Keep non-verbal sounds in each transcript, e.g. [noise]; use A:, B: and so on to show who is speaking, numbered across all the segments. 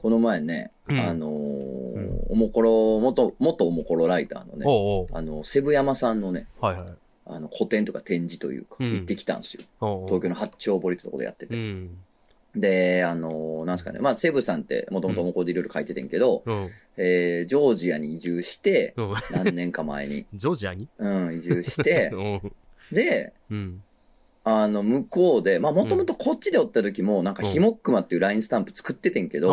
A: この前ね、
B: うん
A: あのー
B: ん
A: おもころ、元、元おもころライターのね、
B: おうおう
A: あの、セブ山さんのね、
B: はいはい。
A: あの、個展とか展示というか、
B: うん
A: 行ってきたんですよ。
B: おうおう
A: 東京の八丁堀ってとこでやって
B: う
A: て。
B: ん。
A: で、あのーなんすかね、まあ、セブさんって、もともとおもころでいろいろ書いててんけど、
B: うん。
A: えー、ジョージアに移住して、
B: うん
A: 何年か前に、
B: ジョージアに
A: うん、移住して
B: [laughs] う、ん
A: で、
B: うん。
A: あの、向こうで、まあ、もともとこっちでおった時も、なんか、
B: うん
A: ひもっくまっていうラインスタンプ作っててんけ
B: あ
A: ど、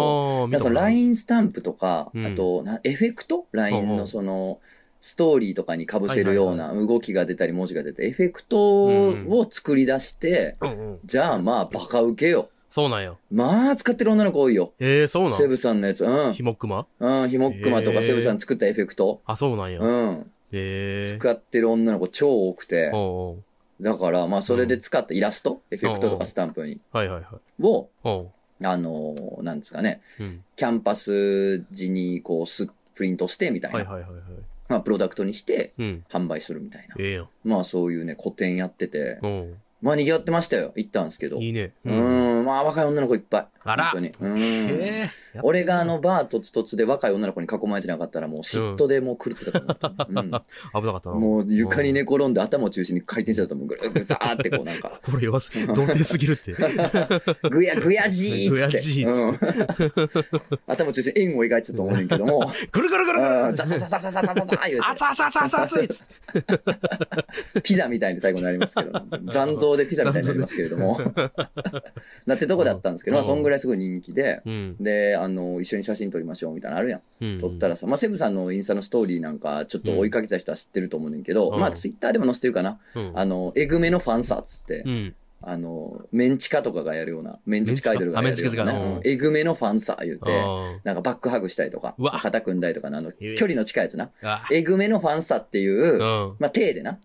B: ー
A: だから
B: 見た
A: そ
B: こと
A: の
B: ない
A: LINE スタンプとか、
B: うん
A: あとなエフェクト ?LINE
B: おうお
A: の
B: う
A: そのストーリーとかに被せるような
B: は
A: 動きが出たり文字が出て、エフェクトを作り出して、
B: うんうん。
A: じゃあまあバカウケよ。
B: そうなんや。
A: まあ使ってる女の子多いよ。
B: ええ、そうなん
A: セブさんのやつ。うん。
B: ひもくま
A: うん、ひもっくまと
B: へ
A: か
B: ー
A: セブさん作ったエフェクト。
B: あ、そうなんや。
A: うん。
B: ええ。
A: 使ってる女の子超多くて。
B: おうおう
A: だからまあそれで使ったイラスト、エフェクト
B: おう
A: と
B: おう
A: かスタンプに、
B: はいはいはい。
A: を、
B: おう
A: あのーなんですかね、
B: うん。
A: キャンパス時にこうす、プリントしてみたいな。
B: はいはいはいはい。
A: まあプロダクトにして、
B: うん。
A: 販売するみたいな。
B: ええやん。
A: まあそういうね、個展やってて、
B: おう
A: まあ賑わってましたよ。行ったんですけど。
B: いいね。
A: う。ーん、まあ若い女の子いっぱい。
B: あら
A: 本当に。うーん。
B: へえ。
A: 俺があのバーとつとつで若い女の子に囲まれてなかったらもう嫉妬でもう狂ってたと思った、
B: [laughs] 危なかった
A: う
B: な。
A: んもう床に寝転んで頭を中心に回転してたと思うぐらい、ぐざーってこうなんか、
B: これ言わせ、童貞すぎ
A: [laughs]
B: るって。
A: ぐや、ぐやじーっつって。
B: ぐやじー
A: う
B: [laughs]
A: ん、頭を中心に円を描いてたと思うねんけども、
B: ぐるぐるぐるぐ
A: うん
B: る
A: ザザザザザザザザ言う
B: あ
A: て、
B: さあさあさあさあついつ
A: ピザみたいに最後になりますけど、
B: [laughs]
A: 残像でピザみたいになりますけれども。だってとこだったんですけど、まあ、
B: うん
A: そんぐらいすごい人気で、
B: うん。
A: で、あの、一緒に写真撮りましょうみたいなのあるやん。
B: うん。
A: [laughs] 撮ったらさ、まあ、セブさんのインスタのストーリーなんか、ちょっと追いかけてた人は知ってると思うねんけど、
B: うん
A: まあ、ツイッターでも載せてるかな。
B: うん、
A: あの、えぐめのファンサーっつって
B: う、ん。
A: あの、メンチカとかがやるような、メンチチカアイドルがやるようなね
B: メンチカあメンチカチ
A: う
B: カ
A: んえぐめのファンサー言う
B: あ
A: て、
B: ー
A: なんかバックハグしたりとか
B: うわ、
A: 肩組んだりとかの、あの、
B: ええ
A: 距離の近いやつな。
B: あ。
A: えぐめのファンサーっていう
B: う、ん。
A: まあ、体でな、
B: うん。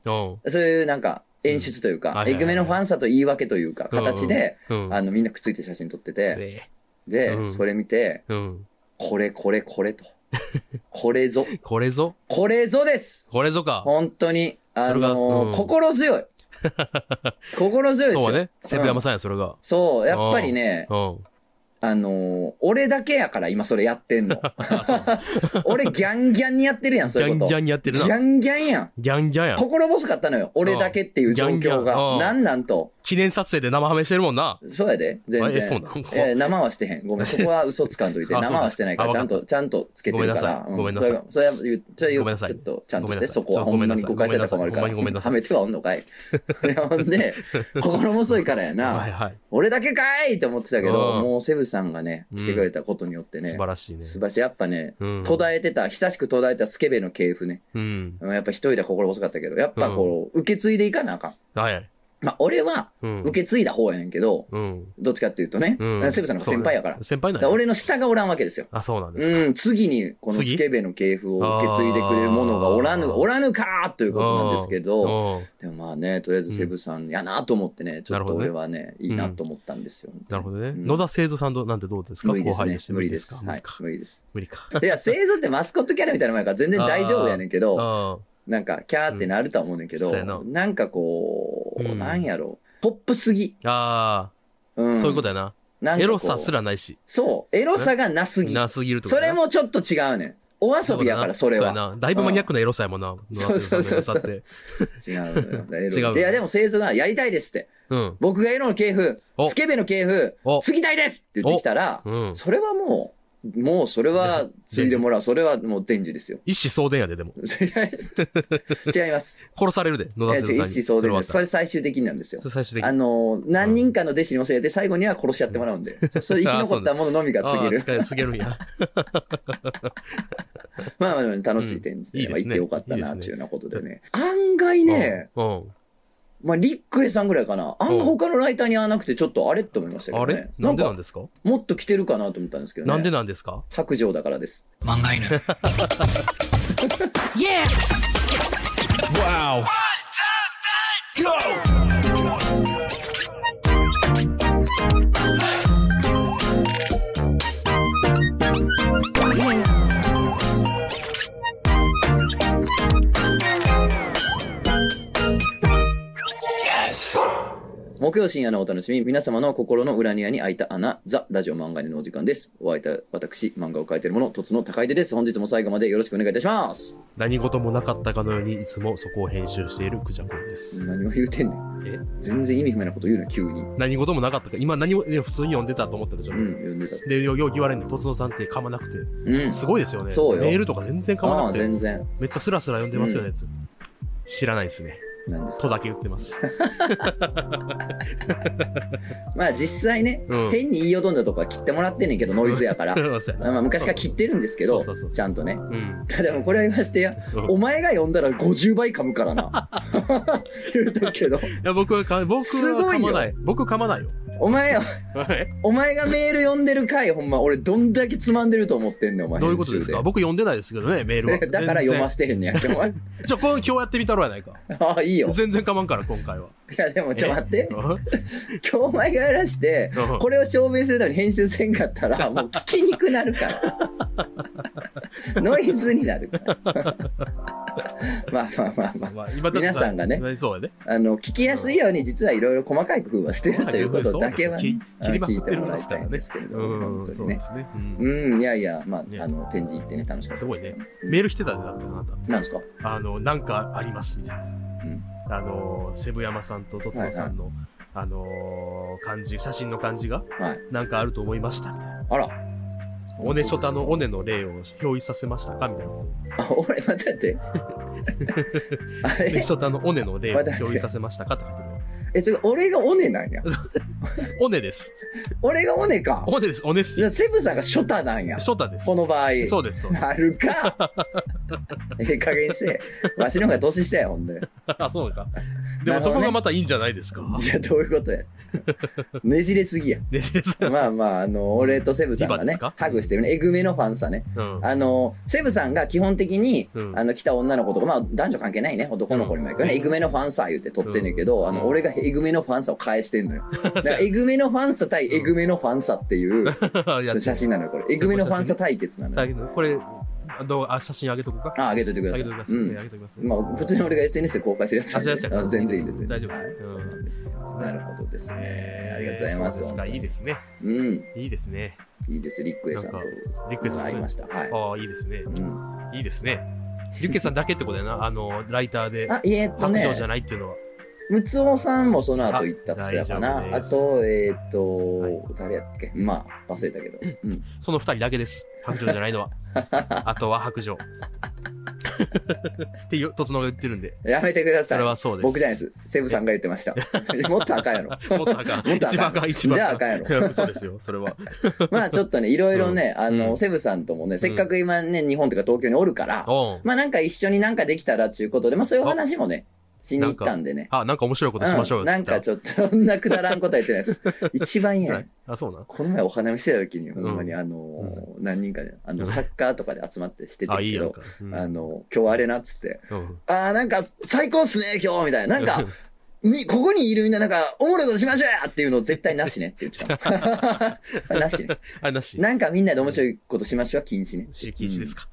A: そういうなんか演出という
B: うんは
A: か
B: い、はいは
A: え
B: い
A: ぐめのファンサと言い訳というか、形で、
B: うん。
A: あの、みんなくっついて写真撮ってて、
B: え
A: で
B: う、ん
A: それ見て、
B: えうん。
A: これこれこれ
B: [laughs]
A: と。これぞ。
B: これぞ
A: これぞです
B: これぞか。
A: 本当に。あ
B: それが
A: の
B: うん
A: ー、心強
B: [laughs]
A: い。心強いです
B: そう
A: よ。
B: はね。セブヤマさんや、それが。
A: そう、やっぱりね、
B: うん。
A: あのー、俺だけやから今それやってん
B: [laughs]
A: の。 [laughs] 俺ギャンギャンにやってるやん、
B: ギ
A: そういう
B: ャ
A: こ
B: ン
A: と。
B: ギ
A: ギ
B: ャンにやってる
A: ャ
B: な。
A: ンギャンやん。
B: ギャンギャンやん。
A: 心細かったのよ。俺だけっていう状況
B: ギャンギャン
A: が。
B: うん
A: なんなんと。
B: 記念撮影で生ハメしてるもんな。
A: そうやで、全
B: あえそ
A: 然
B: うな。ん
A: えー生はしてへん。
B: [laughs]
A: ごめん、そこは嘘つかんといて。
B: あそう
A: 生はしてないから、
B: あ
A: ちゃん
B: わ
A: と、ちゃんとつけてるから。
B: ごめんなさい
A: うんそれは、それは言う、それは言う
B: ごめんなさい
A: ちょっと、ちゃんと
B: ごめ
A: し
B: ん
A: て、
B: なさい
A: そこは
B: そう
A: ほ
B: ご
A: ん
B: めん
A: ま
B: なさ
A: に
B: い
A: 誤解されたら困るから。
B: ごめんごめんなさ
A: はいめてはおんのかい。ほんで、心細いからや
B: [laughs] はい
A: な。
B: はい。
A: 俺だけかいって思ってたけど、
B: うん
A: もうセブさんがね、来てくれたことによって
B: 素
A: ね
B: 晴、らしいね。
A: 素晴らしい。やっぱね、
B: うん
A: 途絶えてた、久しく途絶えたスケベの系譜ね。
B: うん。
A: うんやっぱ一人では心細かったけど、やっぱこう、受け継いでいかなあかん。
B: はい。
A: まあ、俺は、
B: うん。
A: 受け継いだ方やねんけど、
B: うん。
A: どっちかっていうとね、
B: うん。
A: セブさんの方が先輩やから。
B: そうね先輩
A: だ
B: なん
A: か
B: や
A: ら俺の下がおらんわけですよ。
B: あ、そうなんですか。
A: うん、次にこのス
B: 次
A: ケベの系譜を受け継いでくれるものがおらぬ、
B: あー
A: おらぬかーということなんですけど、
B: うん
A: でもまあね、とりあえずセブさんやなと思ってね、ちょっと
B: な
A: 俺
B: る
A: はね、いいなと思ったんですよ。
B: なるほどね。
A: うん
B: 野田聖子さんとなんてどうですか
A: 無理で
B: 後
A: す
B: 輩
A: ね
B: とし。て
A: 無理です。
B: か
A: はい。
B: 無理か
A: 無理です。
B: 無理か。
A: いや、製造ってマスコットキャラみたいなもんやから全然大丈夫やねんけど、
B: あ
A: なんか、キャーってなるとは思うねんけ
B: う
A: ど
B: んそうやな、
A: なんかこう、
B: うん
A: なんやろ、ポップすぎ。
B: あ
A: うん
B: ー、そういうことやな。
A: なんかこう
B: エロさすらないし。
A: そう、エロさがなすぎ。
B: なすぎるとか
A: そ
B: な
A: れもちょっと違うねん。お遊びやから、それ
B: う
A: は
B: や。なだいぶマニアックなエロさやもんな。野田聖子さんのエロさ
A: そ
B: っ
A: う
B: て。
A: 違うのよ。エロ
B: [laughs] 違うの
A: いや、でも生徒が、やりたいですって。
B: うん。
A: 僕がエロの系譜、
B: お
A: スケベの系譜、
B: お
A: 継ぎたいですって言ってきたら、
B: うん。
A: それはもう、もうそれ
B: [laughs]
A: は継いでもらう。それはもう伝授ですよ。 [laughs]
B: 一子相伝やで、でも。
A: 違います。
B: [laughs] 殺されるで、
A: い
B: 野
A: や
B: 田聖
A: 違う
B: 子さんに。
A: 一子相伝です。そ
B: それは
A: れ最終的になんですよ
B: そ。れ最終的
A: あ
B: に。
A: の、何人かの弟子に教えて、最後には殺し合ってもらうんで。それ生き残ったもののみが
B: [laughs] あ
A: 継
B: ー
A: ぎる。
B: 使える、すげるんや。
A: まあまあまあ、楽しい展示
B: うんい
A: で、
B: い
A: まあ
B: で
A: 行
B: す
A: っ
B: ね
A: てよかった
B: いいで
A: な、
B: すね
A: というようなことでね。案外ね、
B: うん。うん。
A: まあ、リックエさんぐらいかな。案外他のライターに合わなくて、ちょっとあれって思いましたけ
B: あ
A: ど
B: れ
A: ね。
B: なんでなんですか
A: もっと来てるかなと思ったんですけどね。
B: なんでなんですか
A: 白状だからです。
C: 漫画犬。
B: Wow!
A: 木曜深夜のお楽しみ、皆様の心の裏庭に開いた穴、ザ・ラジオ漫画にのお時間です。お相手は私、漫画を描いている者、とつの高出です。本日も最後までよろしくお願いいたします。
B: 何事もなかったかのように、いつもそこを編集しているクジャコンです。
A: 何を言うてんねん。
B: え
A: 全然意味不明なこと言うな、急に。
B: 何事もなかったか、今何を、ね普通に読んでたと思ったでしょ。
A: うん、読んでた。
B: で、よ、よう言われんねん。とつのさんって噛まなくて。
A: うん。
B: すごいですよね。
A: そうよ
B: メールとか全然噛
A: あ
B: ま
A: あ、
B: なくて。
A: 全然。
B: めっちゃスラスラ読んでますよね、やつ。知らないですね。
A: なんですか
B: とだけ言ってます。
A: まあ実際ね、
B: うん。
A: 変に言いよどんだとか切ってもらってんねんけど、ノイズやから。
B: そうやな
A: まあ昔から切ってるんですけ
B: そ
A: ど
B: うそうそうそ、う
A: ちゃんとね。 [laughs]
B: うん。
A: ただもうこれは言わせてや、
B: うん
A: お前が読んだら50倍噛むから
B: [laughs]
A: な。言うとくけど、
B: いや、僕はか、僕
A: す
B: は
A: ごいよ
B: 噛まない。僕噛まないよ。
A: お前、
B: はい
A: お前がメール読んでる回、ほんま、俺どんだけつまんでると思ってんねん、お前。
B: [laughs] どういうことですか僕読んでないですけどね、メールは
A: 編。集で [laughs] だから読ませてへんねや、お前。
B: 全然じゃあ、この今日やってみたろやないか。
A: ああ、いいよ。
B: 全然噛まんから、今
A: [laughs]
B: 回は。
A: いや、でもちょ、待って。
B: え
A: 今日お前がやらして、
B: [laughs] うん
A: これを証明するために編集せんかった
B: [laughs]
A: ら、もう聞きにくなるから。ノイズになるから。 [laughs] まあまあまあまあ。
B: まあ今だって
A: 皆さんがね。
B: そうやね。
A: あの、聞きやすいように実はいろいろ細かい工夫はしてるということだけはね、
B: 切りまく
A: 聞
B: っ
A: い
B: て
A: て
B: る
A: も
B: ん
A: ら
B: で
A: い
B: すか
A: たい
B: ら
A: んで
B: ね
A: すけれ。ども、本当
B: うん、
A: に
B: そうで
A: ね。
B: すね。うん
A: うん、いやいや、まあ、
B: ね
A: あの、展示行ってね、楽しかったですけど
B: すごいメール来てたね、だってあな
A: なんですか
B: た。あの、なんかあります、みたいな。
A: ん
B: あの、セブヤマさんととつのさんの、あのー、漢字、写真の漢字が、
A: はい。
B: なんかあると思いました、みたいな。
A: あら。
B: オネショタのオネの例を表意させましたかみたいなこと。
A: あ、俺、待って待って。あ
B: オネ
A: れ
B: ショタのオネの例を表意させましたかって書いてあるよ
A: え、それ俺がオネなんや。
B: オネです。
A: 俺がオネか。
B: オネです。オネス
A: じ
B: テ
A: ゃあセブさんがショタなんや
B: ィ。。ショタです
A: こ。の場合。
B: そうです、そうです。 [laughs]
A: なるか。ええ加減せえ。わしの方が年下や、ほんで。
B: あ、そ
A: [laughs]
B: うか。で
A: なるほど
B: も
A: ね
B: そこがまたいいんじゃないですか。
A: じゃあどういうことや。ねじれすぎや。
B: ねじれさ
A: [laughs]
B: ん。
A: まあまあ、あの、俺とセブさんが
B: 今で
A: ね
B: すか、
A: ハグしてるね。えぐめのファンさね。
B: うん。
A: あの、セブさんが基本的に、
B: うん
A: あの、来た女の子とか、まあ、男女関係ないね。男の子にもやけどね、
B: うん
A: えぐめのファンさ言って撮ってんねんけど、
B: うん
A: あ
B: う
A: の、
B: ん
A: 俺がえぐめのファンさを返してんのよ。だから、えぐめのファンさ対えぐめのファンさって [laughs] いう、
B: [laughs] やって
A: 写真なのよ、これ。えぐめのファンさ対決なのよ。
B: だけどこれ、どうあ、写真あげとこうか。
A: あ、あげといてく
B: あ
A: ださ
B: げ
A: い。
B: ときます。
A: う
B: あ
A: ん。
B: げときます。
A: まあ、普通に俺が SNS で公開してるやつ
B: あ、そうやつやか
A: あ
B: ら
A: 全然いいですよ。
B: 大丈夫です。
A: そう
B: うん
A: なんですよ。なるほどですね。ありがとうございます。
B: えーそうですか。いいですね。
A: 本当にうん。
B: いいですね。
A: いいですよ。リックエさんと
B: なんかリュッケさん
A: 会いま
B: ね。
A: した。はい。
B: ああ、いいですね。
A: うん
B: いいですね。リュッケさんだけってことやな。あの、ライターで。
A: あ、いえっと
B: 白
A: ね
B: 状じ、ゃないっていうのは。む
A: むつおさんもその後行ったっつってたか
B: あ
A: な。あ
B: 大丈
A: と、えーっ
B: はい
A: と、誰やっけまあ、忘れたけど。うん。
B: その二人だけです。白状じゃない
A: [laughs]
B: のは。あとは白状。ってよ、とつのが言ってるんで。
A: やめてくだ
B: そ
A: さい
B: れ。はそうです。
A: 僕じゃないです。セブさんが言ってま
B: [laughs]
A: した。もっと赤やろ。
B: もっとあかん。
A: [laughs] もっとあかん
B: 一番あかん、一番
A: じゃああかんやろ
B: ろ。そうですよ、それは。
A: まあちょっとね、いろいろね、あ
B: う
A: の、
B: ん
A: セブさんともね、せっかく今ね、日本とか東京におるから、
B: おん。
A: まあなんか一緒になんかできたらっていうことで、まあそういう話もね、しに行ったんでね。
B: あ、なんか面白いことしましょう
A: う
B: よ。
A: ん、なんか
B: ょ
A: ちょっと、そんなくだらんことは言ってないです。
B: [laughs]
A: 一番嫌い。
B: あ、そうなん。
A: この前お花見してた時に、ほんまにあのー、何人かで、あの、サッカーとかで集まってしてた
B: あ、いい
A: け
B: やん
A: ど、
B: か。うん
A: あの、今日あれなっつって、
B: うん
A: あーなんか最高っすね、今日みたいな。なんか、み、ここにいるみんななんか、おもろいことしましょうやっていうの絶対なしねって言
B: [laughs]
A: ってた。なしね。
B: [laughs] あ、なし。
A: なんかみんなで面白いことしましょうは禁止ね。
B: し禁止ですか。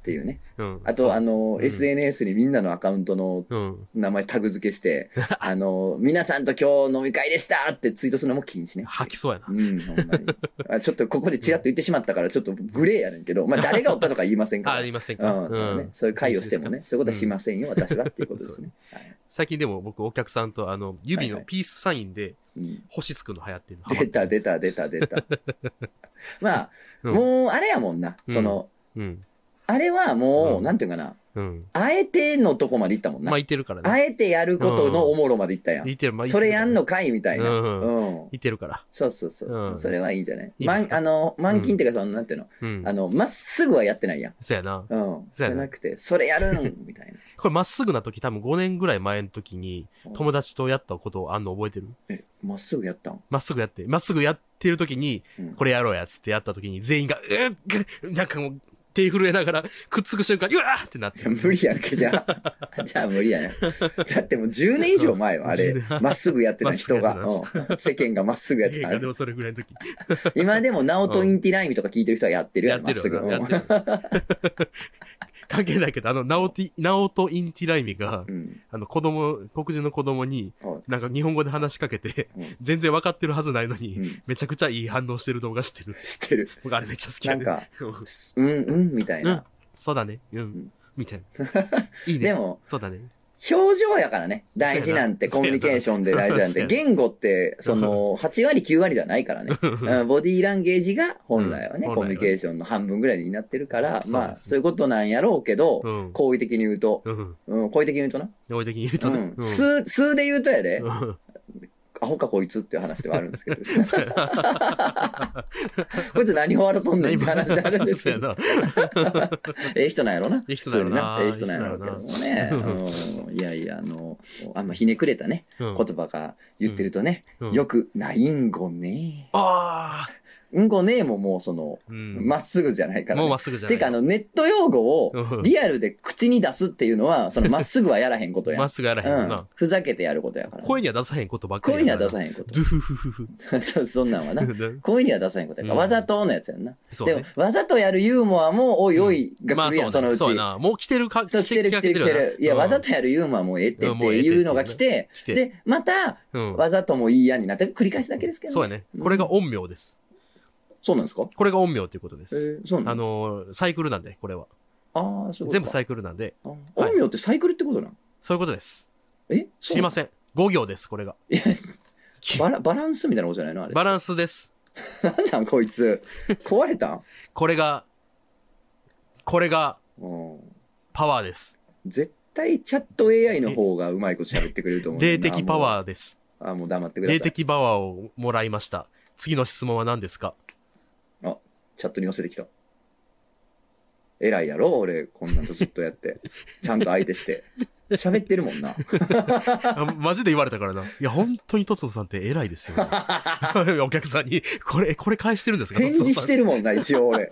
A: っていうね。
B: うん。
A: あと、あの、
B: うん
A: SNS にみんなのアカウントの
B: うん。
A: 名前タグ付け
B: [laughs]
A: して、あの、皆さんと今日飲み会でしたってツイートするのも禁止ね。
B: 吐きそうやな。
A: うん、ほん
B: [laughs]
A: まに。あちょっとここでチラッと言ってしまったから、ちょっとグレーやねんけど、まあ誰がおったとか言いませんか
B: [laughs] あ、
A: ら。
B: 言いませんか。
A: うんとか
B: う
A: ね
B: ん、。
A: そういう会をしても
B: 禁止
A: ね、そういうことはしませんよ、私はっていうことですね。はい
B: 最近でも僕、お客さんと、あの、指
A: はい
B: の
A: はい
B: ピースサインで
A: うん
B: 星つくの流行ってる。
A: 出た、出た、出た、出た。
B: [laughs]
A: まあ、
B: うん
A: もう、あれやもんな。
B: うん
A: その、
B: うん。
A: あれはも
B: う
A: う、
B: ん
A: なんていうかな、
B: うん。
A: あえてのとこまで行ったもんな
B: まあ、。いてるから
A: あ
B: ね。
A: えてやることのおもろまで行ったやん。
B: いてる、まあ、
A: それやんのかいみた
B: い
A: い
B: てる
A: な。
B: う。
A: うんん。
B: いてるから。
A: そうそうそうう。
B: ん
A: それはいいんじゃない
B: いいで
A: 満
B: す、か
A: あの、満金っていうか、その、なんていうの
B: うん
A: あ。の、まっすぐはやってないやん。
B: そうやな。
A: うん。じ
B: そうやな
A: ゃなくて、それやるんみた [laughs] い
B: これまっすぐな時、多分5年ぐらい前の時に、友達とやったことあんの覚えてる
A: な。え、まっすぐやったん
B: まっすぐやって、まっすぐやってる時に
A: うん、
B: これやろうや、つってやった時に、全員が、うっぐなんかもう、手震えながら、くっつく瞬間、うわーってなっ
A: い
B: て
A: や。無理やんけ、じゃあ。 [laughs] じゃあ無理や
B: [laughs]
A: ね。だってもう10年以上前よ、あれ
B: 10。年
A: まっすぐやってた人が。
B: ま
A: うん世間がまっすぐやって
B: 全
A: た
B: 員。がでもそれぐらいの時。
A: 今でも、ナオとインティライミとか聞いてる人はやってる
B: や
A: や
B: っ
A: ん、ま
B: て
A: っ
B: る [laughs]
A: すぐ。
B: よ
A: う
B: な。や
A: ん
B: ってる。関係ないけど、あの、ナオティ、ナオト・インティライミが、
A: うん。
B: あの、子供、黒人の子供に、
A: は
B: なんか日本語で話しかけて、
A: い。うん
B: 全然わかってるはずないのに、
A: うん
B: めちゃくちゃいい反応してる動画知ってる。 [laughs]
A: 知ってる。
B: 僕あれめっちゃ好き
A: な
B: や
A: ん
B: ね。
A: か、
B: うん
A: うん、うん、みたい
B: うん
A: な。。
B: [laughs] そうだね。うん。
A: ん [laughs]
B: みたいな。いいね。
A: でも、
B: そ
A: [laughs]
B: うだね。
A: 表情やからね。大事なんて、
B: そう
A: コ
B: やな
A: ミュニケーションで大事なん
B: そう
A: て。
B: やな
A: 言語って、その、8割、9割ではないからね。うんボディーランゲージが本来はね、
B: うん
A: コミュニケーションの半分ぐらいになってるから、
B: そうですね
A: まあ、そういうことなんやろうけど、
B: うん。
A: 好意的に言うと、
B: うん。
A: うん、好意的に言うとな。
B: 容易的に言う
A: う
B: とね。
A: ん。数、数で言うとやで
B: う、ん。
A: アホかこいつっていう話ではあるんですけど、 [laughs]
B: そうやな。
A: こいつ何を笑っとんねんって話であるんです
B: そう
A: け
B: や
A: ど、
B: な。
A: ええ人なんやろな。
B: ええ人なんやろな
A: 普通にええ人なんやろうけどもね。うんいやいや、あの、あんまひねくれたね、
B: うん
A: 言葉が言ってるとね、
B: うん
A: よくないんごね。
B: ああ。
A: んごねももうその、
B: うん。
A: まっすぐじゃないから
B: もう
A: ね
B: まっすぐじゃな
A: て
B: い。
A: か、あの、ネット用語を
B: うん
A: リアルで口に出すっていうのは、その、まっすぐはやらへんことやん。
B: [laughs] まっすぐやらへんよ
A: うん
B: な。
A: ふざけてやることやから。
B: 声には出さへんことばっかり。
A: 声には出さ
B: へん。
A: へんこと
B: ドゥフフフフ。。
A: [laughs] そうそんなんはな。声には出さへんことやから。
B: うん
A: わざとのやつやんな。
B: [laughs] そう
A: で
B: ね
A: も、わざとやるユーモアも、おいおいが
B: ま
A: 来
B: あ
A: るやん、そ
B: そ
A: うの
B: ね
A: うち。
B: そうやな。もう来てるか、
A: そう、来てる来てる来てる。いや、わざ
B: と。
A: とやるユーモアもうええって
B: う
A: っ
B: ん
A: て
B: もうええって
A: いうのが来て、
B: 来て。
A: で、また、
B: うん
A: わざともいいやになって、繰り返しだけですけどね。
B: そうやね。これが陰陽です。
A: そうなんですか
B: これが陰陽ということで
A: え
B: す。
A: ーそうな
B: あ
A: の
B: のー、サイクルなんで、これは。
A: ああ、そういう
B: 全
A: こと
B: 部
A: か。
B: サイクルなんで、
A: あ
B: はい
A: 陰陽ってサイクルってことなの
B: そういうことです。
A: え
B: 知りま
A: せ
B: せん。5行です、これが。
A: バラバランスみたいなことじゃないのあれ。
B: バランスです。
A: なんなんこい
B: [laughs]
A: つ。壊れたん
B: これが、これが
A: うん。
B: パワーです。
A: 絶対チャット AI の方がうまいこと喋ってくれると思う。
B: 霊的パワーです。
A: ー。あ、もう黙ってくだ
B: 霊
A: さい。
B: 的パワーをもらいました。次の質問は何で
A: [laughs]
B: すか
A: チャットに寄せてきた。偉いやろ俺、こんなんとずっとや
B: [laughs]
A: って。ちゃんと相手して。喋ってるもんな。
B: あマジで言われたからな。いや、本当にトツノさんって偉いですよ、ね。お [laughs] 客さんに、これ、これ返してるんですか
A: 返事して
B: る。
A: るもんな、一応俺。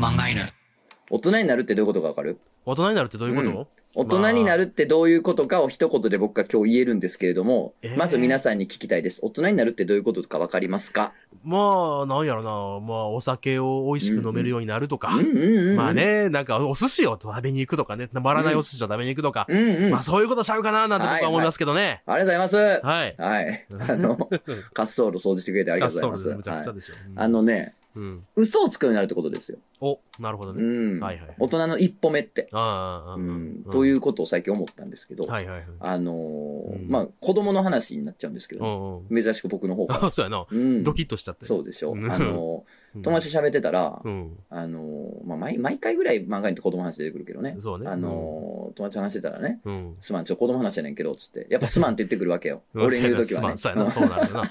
A: 大人になるってどういうことがわかる
B: 大人になるってどういうこと、
A: 大人になるってどういうことかを一言で僕が今日言えるんですけれども、
B: えー
A: まず皆さんに聞きたいです。大人になるってどういうことかわかりますか
B: まあ、なんやろな。まあ、お酒を美味しく飲めるようになるとか。
A: うんうんうん。
B: まあ。ね、なんか、お寿司を食べに行くとかね、回らないお寿司を食べに行くとか、
A: うんうん。
B: まあそういうことちゃうかな、なんて僕は思いますけどね。
A: ありがとうございます。
B: はい。 [laughs]
A: はい。あの、滑走路掃除してくれてありがとうござい
B: む
A: ます。
B: ちゃくちゃ
A: はい、
B: でしょ。
A: あ、のね、
B: うん。
A: 嘘をつくようになるってことですよ。
B: お、なるほど
A: う
B: ね。
A: ん。
B: はいはい
A: 大人の一歩目って。
B: ああ、ああ、。
A: うん。といううことを最近思ったんですけど、
B: はいはいはい。
A: あのー
B: うん
A: まあ、子供の話になっちゃうんですけ
B: う
A: ど、
B: んうん。
A: 珍しく僕の
B: [laughs]
A: 方から。
B: あそうやな。
A: うん。
B: ドキッとしちゃって。
A: そうでしょ。あ
B: うん
A: の
B: うん
A: ー友達と喋ってたら、
B: うん。
A: あのーまあ、毎、毎回ぐらい漫画にと子供の話出てくるけどね。
B: そうね。
A: あのー友達と話してたらね、
B: うん。
A: すまん、ちょ、子供の話やねんけど、つって。やっぱすまんって言ってくるわけよ。
B: [laughs] うん。
A: 俺に言うときはね。
B: そうやな、そうやなそうなるよ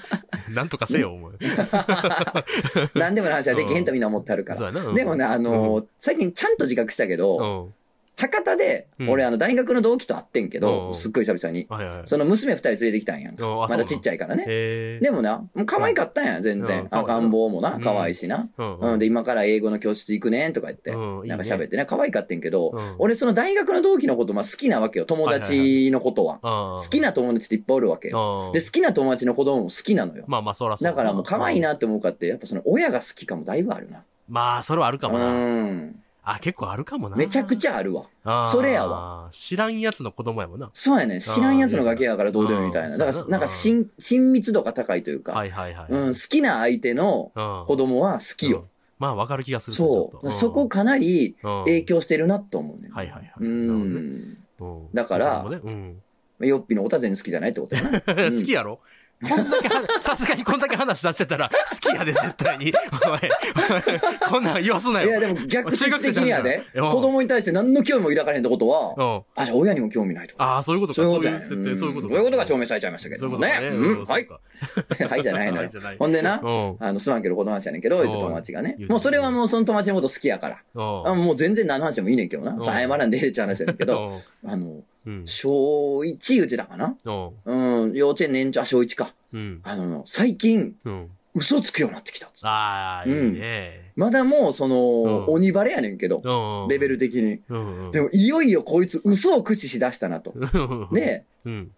B: な。 [laughs] なんとかせよ、お前。
A: 何でもの話はできへんとみんな思ってあるか
B: そう
A: ら。
B: やな。うん
A: でもね、あのー最近ちゃんと自覚したけ
B: う
A: ど、
B: ん。
A: 博多で、
B: うん
A: 俺あの、大学の同期と会ってんけ
B: う
A: ど、
B: ん
A: すっごい久々に。
B: はいはい。
A: その娘二人連れてきたんやんか。
B: の
A: まだちっち
B: ゃ
A: ゃ
B: い。
A: いからね。
B: へえ。
A: でもな、もう可愛かったんやん、全
B: うん
A: 然。
B: 可愛い
A: 赤ん坊も
B: う
A: な、
B: ん
A: 可愛いしな。
B: うん
A: うん、で、今から英語の教室行くねんとか言って、
B: うん。
A: なんか喋っててね、可愛かってんけど、
B: 俺、
A: 俺その大学の同期のことまあ好きなわけよ、友達のことは。
B: 好
A: 好きな友達っていっぱいおるわけよ。で、好きな友達の子供も好きなのよ。
B: まあまあ、そらそう
A: だからもう可愛い。なって思うかって、やっぱその親が好きかもだいぶあるな。
B: まあ、それはあるかもな。
A: うん。
B: あ、結構あるかもな。
A: めちゃくちゃあるわ。
B: ゃ
A: それや
B: わ。知らんやつの子供やもんな。
A: そうやね。知らんやつのガキやからどうでもいいみたいな。
B: うん
A: だか
B: そう
A: ら、
B: やな
A: なんか親、親密度が高いというか、
B: はいはいはい。
A: うん、
B: うん。
A: 好きな相手の子
B: 子
A: 供は好きよ。。
B: まあ、わかる気がする。
A: そう。そこかなり影
B: 影。
A: 響してるなと思うね。
B: はいはいはい。
A: う
B: なるほどね
A: ん。
B: うん
A: だから
B: そうかもね
A: ヨッピーのおた全然好きじゃないって
B: [laughs]
A: ことやな。
B: うん好きやろこんだ
A: [laughs]
B: け話、さすがにこんだけ話出してたら、好きやで、絶対に。お前、こんなん言わすない
A: や、
B: よ。
A: でも逆説的にはね、
B: 中学生じゃん
A: 子供に対して何の興味も抱かれへんってことは
B: う、ん。
A: あ、じゃあ親にも興味ないってこと
B: ああ、そういうことか。
A: そういうこ
B: そう
A: とや
B: いう
A: ね。
B: 設定、そういうこと
A: ん
B: か。
A: そういうことが証明されちゃいましたけ
B: そう
A: ども
B: いうこと
A: ね
B: か。ね。
A: うん、はい。
B: そうか。
A: はいじゃないの
B: [laughs] は
A: よ
B: いじ。ゃない。
A: ほんでな
B: う、ん。
A: あの、すまんけどこの話やねんけど、言って友達がね
B: うん。
A: もうそれはもうその友達のこと好きやから。
B: うん
A: あもう全然何の話でもいいねんけど
B: う
A: な。
B: ん
A: さあ謝らんでええっちゃう話やねんけど、あの、
B: うん。
A: 小1言うてたかな
B: うん。
A: うん、幼稚園年長、あ、小1か。
B: うん。
A: あの、最近、
B: うん。
A: 嘘つくようになってきたっつって
B: ああ、いいね。
A: まだもう、その、
B: ん
A: 鬼バレやねんけど、
B: うん。
A: レベル的に。
B: うん。うん。
A: でも、いよいよこいつ嘘を駆使しだしたなと。
B: うん。
A: で、
B: うん。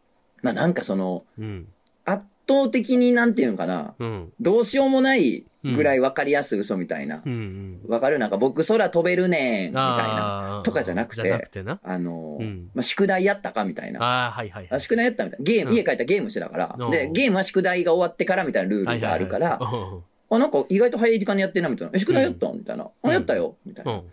A: まあなんかその、
B: うん。
A: 圧倒的になんていうのかな、
B: うん。
A: どうしようもないぐらい分かりやすい嘘みたいな
B: う。ん。
A: わかるなんか僕空飛べるねん、みたいな。
B: あー
A: とかじゃなくて
B: じゃなくてな。
A: あのー、
B: うん
A: まあ、宿題やったかみたいな。
B: ああ、はいはいは
A: あ
B: い。
A: 宿題やったみたいな。ゲー
B: うん
A: ム、家帰ったらゲームしてたから
B: う。ん
A: で、ゲームは宿題が終わってからみたいなルー
B: は
A: ル
B: いはい
A: が
B: はい
A: あるから、
B: うん
A: あ、なんか意外と早い時間にやってんな、みたいな。え、宿題やったみたいな。
B: うん
A: あ、やったよみたいうな。
B: ん。うん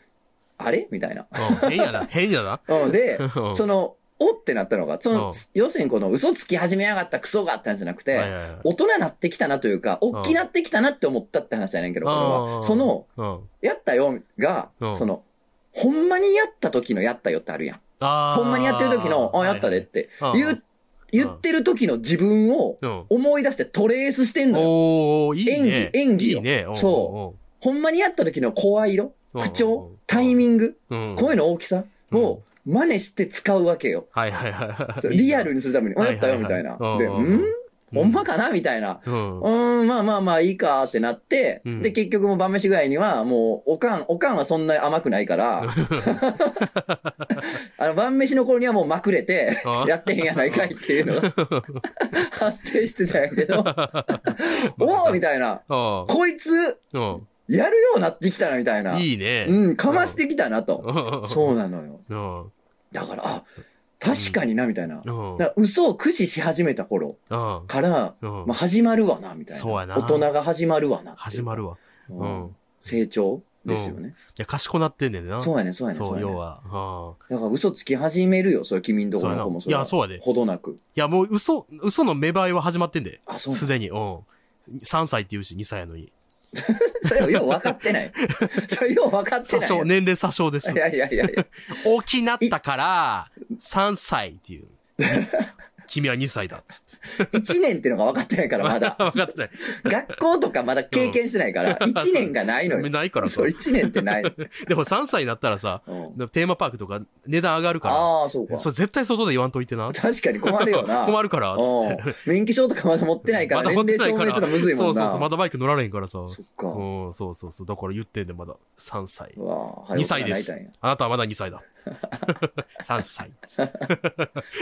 A: あれみたいな。
B: 変や
A: [laughs]
B: な。変やな。
A: うんで、
B: うん
A: その、おってなったのが、そうの
B: ん、
A: 要するにこの嘘つき始めやがったクソがあったんじゃなく
B: はい
A: て、
B: はいはい
A: 大人なってきたなというか、おっきなってきたなって思ったって話じゃないけど、これ
B: う
A: は。
B: ん
A: その、
B: うん。
A: やったよが
B: う、ん
A: その、ほんまにやった時のやったよってあるやん。
B: ああ。
A: ほんまにやってる時の、あ、やったでって、
B: はいはい。
A: 言う、言ってる時の自分を
B: うん。うん
A: 思い出してトレースしてんのよ。
B: おおいいね。
A: 演技演技よ
B: いいね。うん
A: そほんまにやった時の声色、
B: うん
A: 口
B: う
A: 調
B: ん、
A: タイミング、
B: うん。うん
A: 声の大きさを真似して使うわけよ。
B: はいはいは
A: そう
B: い。
A: リアルにするために、あ、やったよ、みたいな。
B: はいはい
A: で、
B: は
A: う
B: いうん
A: ん
B: うん
A: ほんまかなみたいな。
B: うん。
A: うーん、まあまあまあいいかってなって、
B: うん
A: で、結局もう晩飯ぐらいには、もう、おかん、おかんはそんな甘くないから、 [laughs] あの、晩飯の頃にはもうまくれて、
B: あ
A: やってへんやないかいっていう
B: [laughs]
A: のが発生してたんやけど、おおみたいな、
B: あ
A: こいつ、
B: あ。
A: やるようになってきたなみたいな。
B: いいね。
A: うん、かましてきたなと。そうなのよ。
B: うん。
A: だから、あ、確かにな、みたいな。だか
B: うん。
A: ら嘘を駆使し始めた頃
B: うん。
A: から、
B: うん
A: まあ、始まるわな、みたいな。
B: そうやな
A: 大人が始まるわなっていう。
B: 始まるわ。う
A: うん
B: ん。い
A: 成長ですよね。
B: や、賢なってんねんな。
A: そううやね、そうやね、
B: そ
A: そうや
B: う、要
A: ね。
B: は。うん
A: だから嘘つき始めるよ、それ、君んとこの子も
B: そうやないやそうやで
A: ほどなく。
B: いや、もう嘘、嘘の芽生えは始まってんで。
A: あ、
B: [laughs]
A: そうな
B: す
A: の
B: でに。うん。3歳って言うし、2歳やのに。
A: それをよう分かって
B: [laughs]
A: ない。それよう分かって
B: 詐
A: ない
B: 称、
A: よ。
B: 年齢詐称です
A: い。やいやいやいや。
B: 大きなったから、3歳っ
A: [laughs]
B: ていう。君は2歳だっつって。
A: 1年っていうのが分かってないから、まだ。
B: [laughs] 分かってない。
A: 学校とかまだ経験してないから、
B: うん
A: 1年がないのよ。
B: ないからさ
A: そう、。1年ってない。
B: でも3歳になったらさ、
A: うん
B: テーマパークとか値段上がるか。。
A: ああ、そうから
B: それ絶対外で言わんといてな。
A: 確かに困るよな。
B: 困るから、つって。
A: うん免許証とかまだ持ってないから、
B: まだ
A: 年
B: 持って
A: 齢
B: ない
A: 証
B: か
A: 明すら
B: ら
A: むずい
B: [laughs] そ
A: も
B: うんそうそう、ま
A: な。
B: だバイク乗られへんからさ。
A: そっか。
B: うん、そうそうそう。だから言ってんねんまだ。3歳。
A: うわあ
B: 2歳です。あなたはまだ2歳だ。3歳。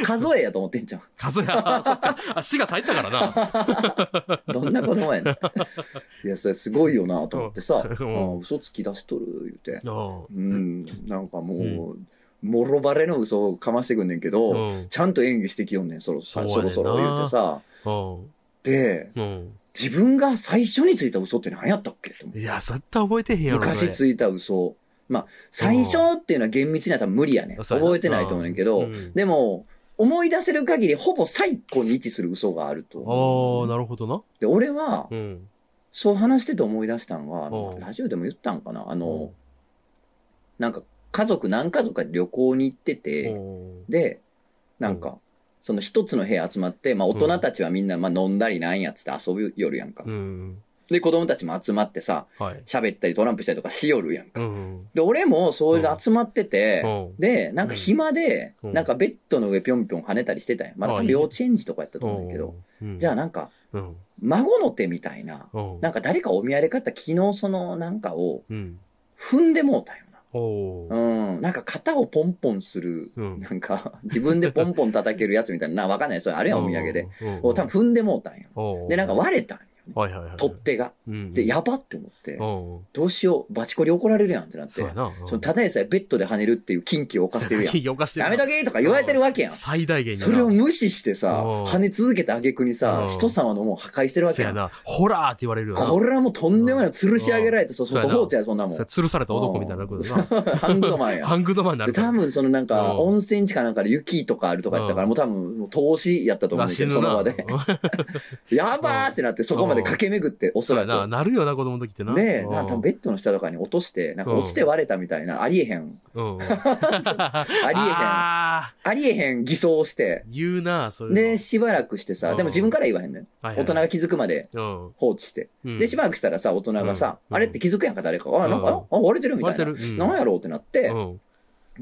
A: 数えやと思ってんじゃ
B: [laughs]
A: ん。
B: 数え、あ、そっか。あ、4月入ったからな。
A: どんな子供やねん。いや、それすごいよなと思ってさ、
B: [laughs] うん
A: ああ嘘つき出しとる言うて。 [laughs]
B: う [laughs]
A: うん、なんかもう、もろバレの嘘をかましてくんねんけど、
B: ん。うん。
A: ちゃんと演技してきよんねん、そろそろ、
B: そう
A: そ
B: やねん
A: ろ
B: な
A: そろ言うてさ。
B: う
A: で、
B: ん。
A: 自分が最初についた嘘って何やったっけと思っ
B: うん。
A: て
B: いや、絶対覚えてへんやろ。
A: 昔
B: い
A: ついた嘘。まあ、最初っていうのは厳密には多分無理やねん。覚えてないと思うねんけど、でも、思い出せる限りほぼ最高に位置する嘘があると
B: ああー、
A: 思う。
B: なるほどな。
A: で、俺は、
B: うん。
A: そう話してて思い出したんは
B: うん、
A: ラジオでも言ったんかなあ
B: う
A: の
B: ん、
A: なんか家族何家族かで旅行に行って
B: う
A: て、
B: ん
A: で、なん
B: う
A: か、その一つの部屋集まって、まあ大人たちはみんな、まあ飲んだりなんやっつって遊ぶよるやんか
B: う。ん。
A: で、子供たちも集まってさ、
B: はい。
A: 喋ったりトランプしたりとかしよるやんか。
B: うん。
A: で、俺もそういう
B: う
A: の
B: ん
A: 集まってて
B: う、ん。
A: で、なんか暇で、
B: うん
A: なんかベッドの上ぴょんぴょん跳ねたりしてたんや。まだ
B: あ
A: 多
B: い
A: 分
B: いね
A: 幼稚園児とかやったと思うんだけど。
B: うん。
A: じゃあ
B: あ、
A: なんか、
B: うん。
A: 孫の手みたいな、
B: うん。
A: なんか誰かお土産買った昨日そのなんかを
B: うん。
A: 踏んでもうたんよな。
B: おー。
A: うん。なんか型をポンポンする、
B: うん
A: なんか自分でポンポン叩けるやつみたいな、なわかんない。それあ
B: あ
A: れやんお土産で。。
B: うん
A: を多分踏んでもうたんよ。
B: おー
A: で、なんか割れたんよね。
B: はいはいはい。
A: 取っ手が。
B: うん。
A: で、やばって思って、
B: うん。
A: どうしよう、バチコリ怒られるやんってなって
B: そう。やな。
A: そのただでさえベッドで跳ねるっていう禁忌を犯してるやん。
B: よかしてる
A: や
B: な
A: めとけとか言われてるわけやん。
B: 最大限にな
A: それを無視してさ
B: うん、
A: 跳ね続けた挙句に
B: う
A: さ
B: ん、
A: 人様のもう破壊してるわ
B: そ
A: け
B: う
A: や
B: や
A: ん。
B: な。ホラーって言われるよな。
A: これはもうとんでもない。吊るし上げられて、そう、
B: そうや
A: 外
B: な
A: 放置や、そんなもん
B: それ。吊るされた男みたいなことだな。
A: ハングドマンや。
B: ハングドマンにな
A: で、
B: るから
A: 多分そのなんか、
B: うん
A: 温泉地かなんかで雪とかあるとかやったから、
B: うん
A: もう多分、もう投資やったと思
B: ま
A: う
B: あ
A: ねんけ
B: 死
A: ど、そ
B: ぬ
A: の
B: な
A: 場で。やばーってなって、そこまで駆け巡って、おそ
B: [laughs] そうや
A: らく。
B: な。なるよな、子供の時ってな。
A: で、
B: う
A: なんか多分ベッドの下とかに落として、なんか落ちて割れたみたい [laughs] な、ありえへん、
B: うん。
A: あ
B: あ
A: りえへん、あ
B: あ
A: りえへん偽装して
B: ー、言うな、それ。
A: で、しばらくしてさ、でも自分から言わへんねん。
B: はい
A: 大
B: はい
A: 人が気づくまで
B: うん
A: 放置して。
B: うん。
A: で、しばらくしたらさ、大人がさ、
B: うん
A: あれって気づくやんか、誰か。あ、なん
B: う
A: か、あ、割れてるみたい
B: 割
A: な
B: れてるう。ん
A: なんやろうってなって
B: う、ん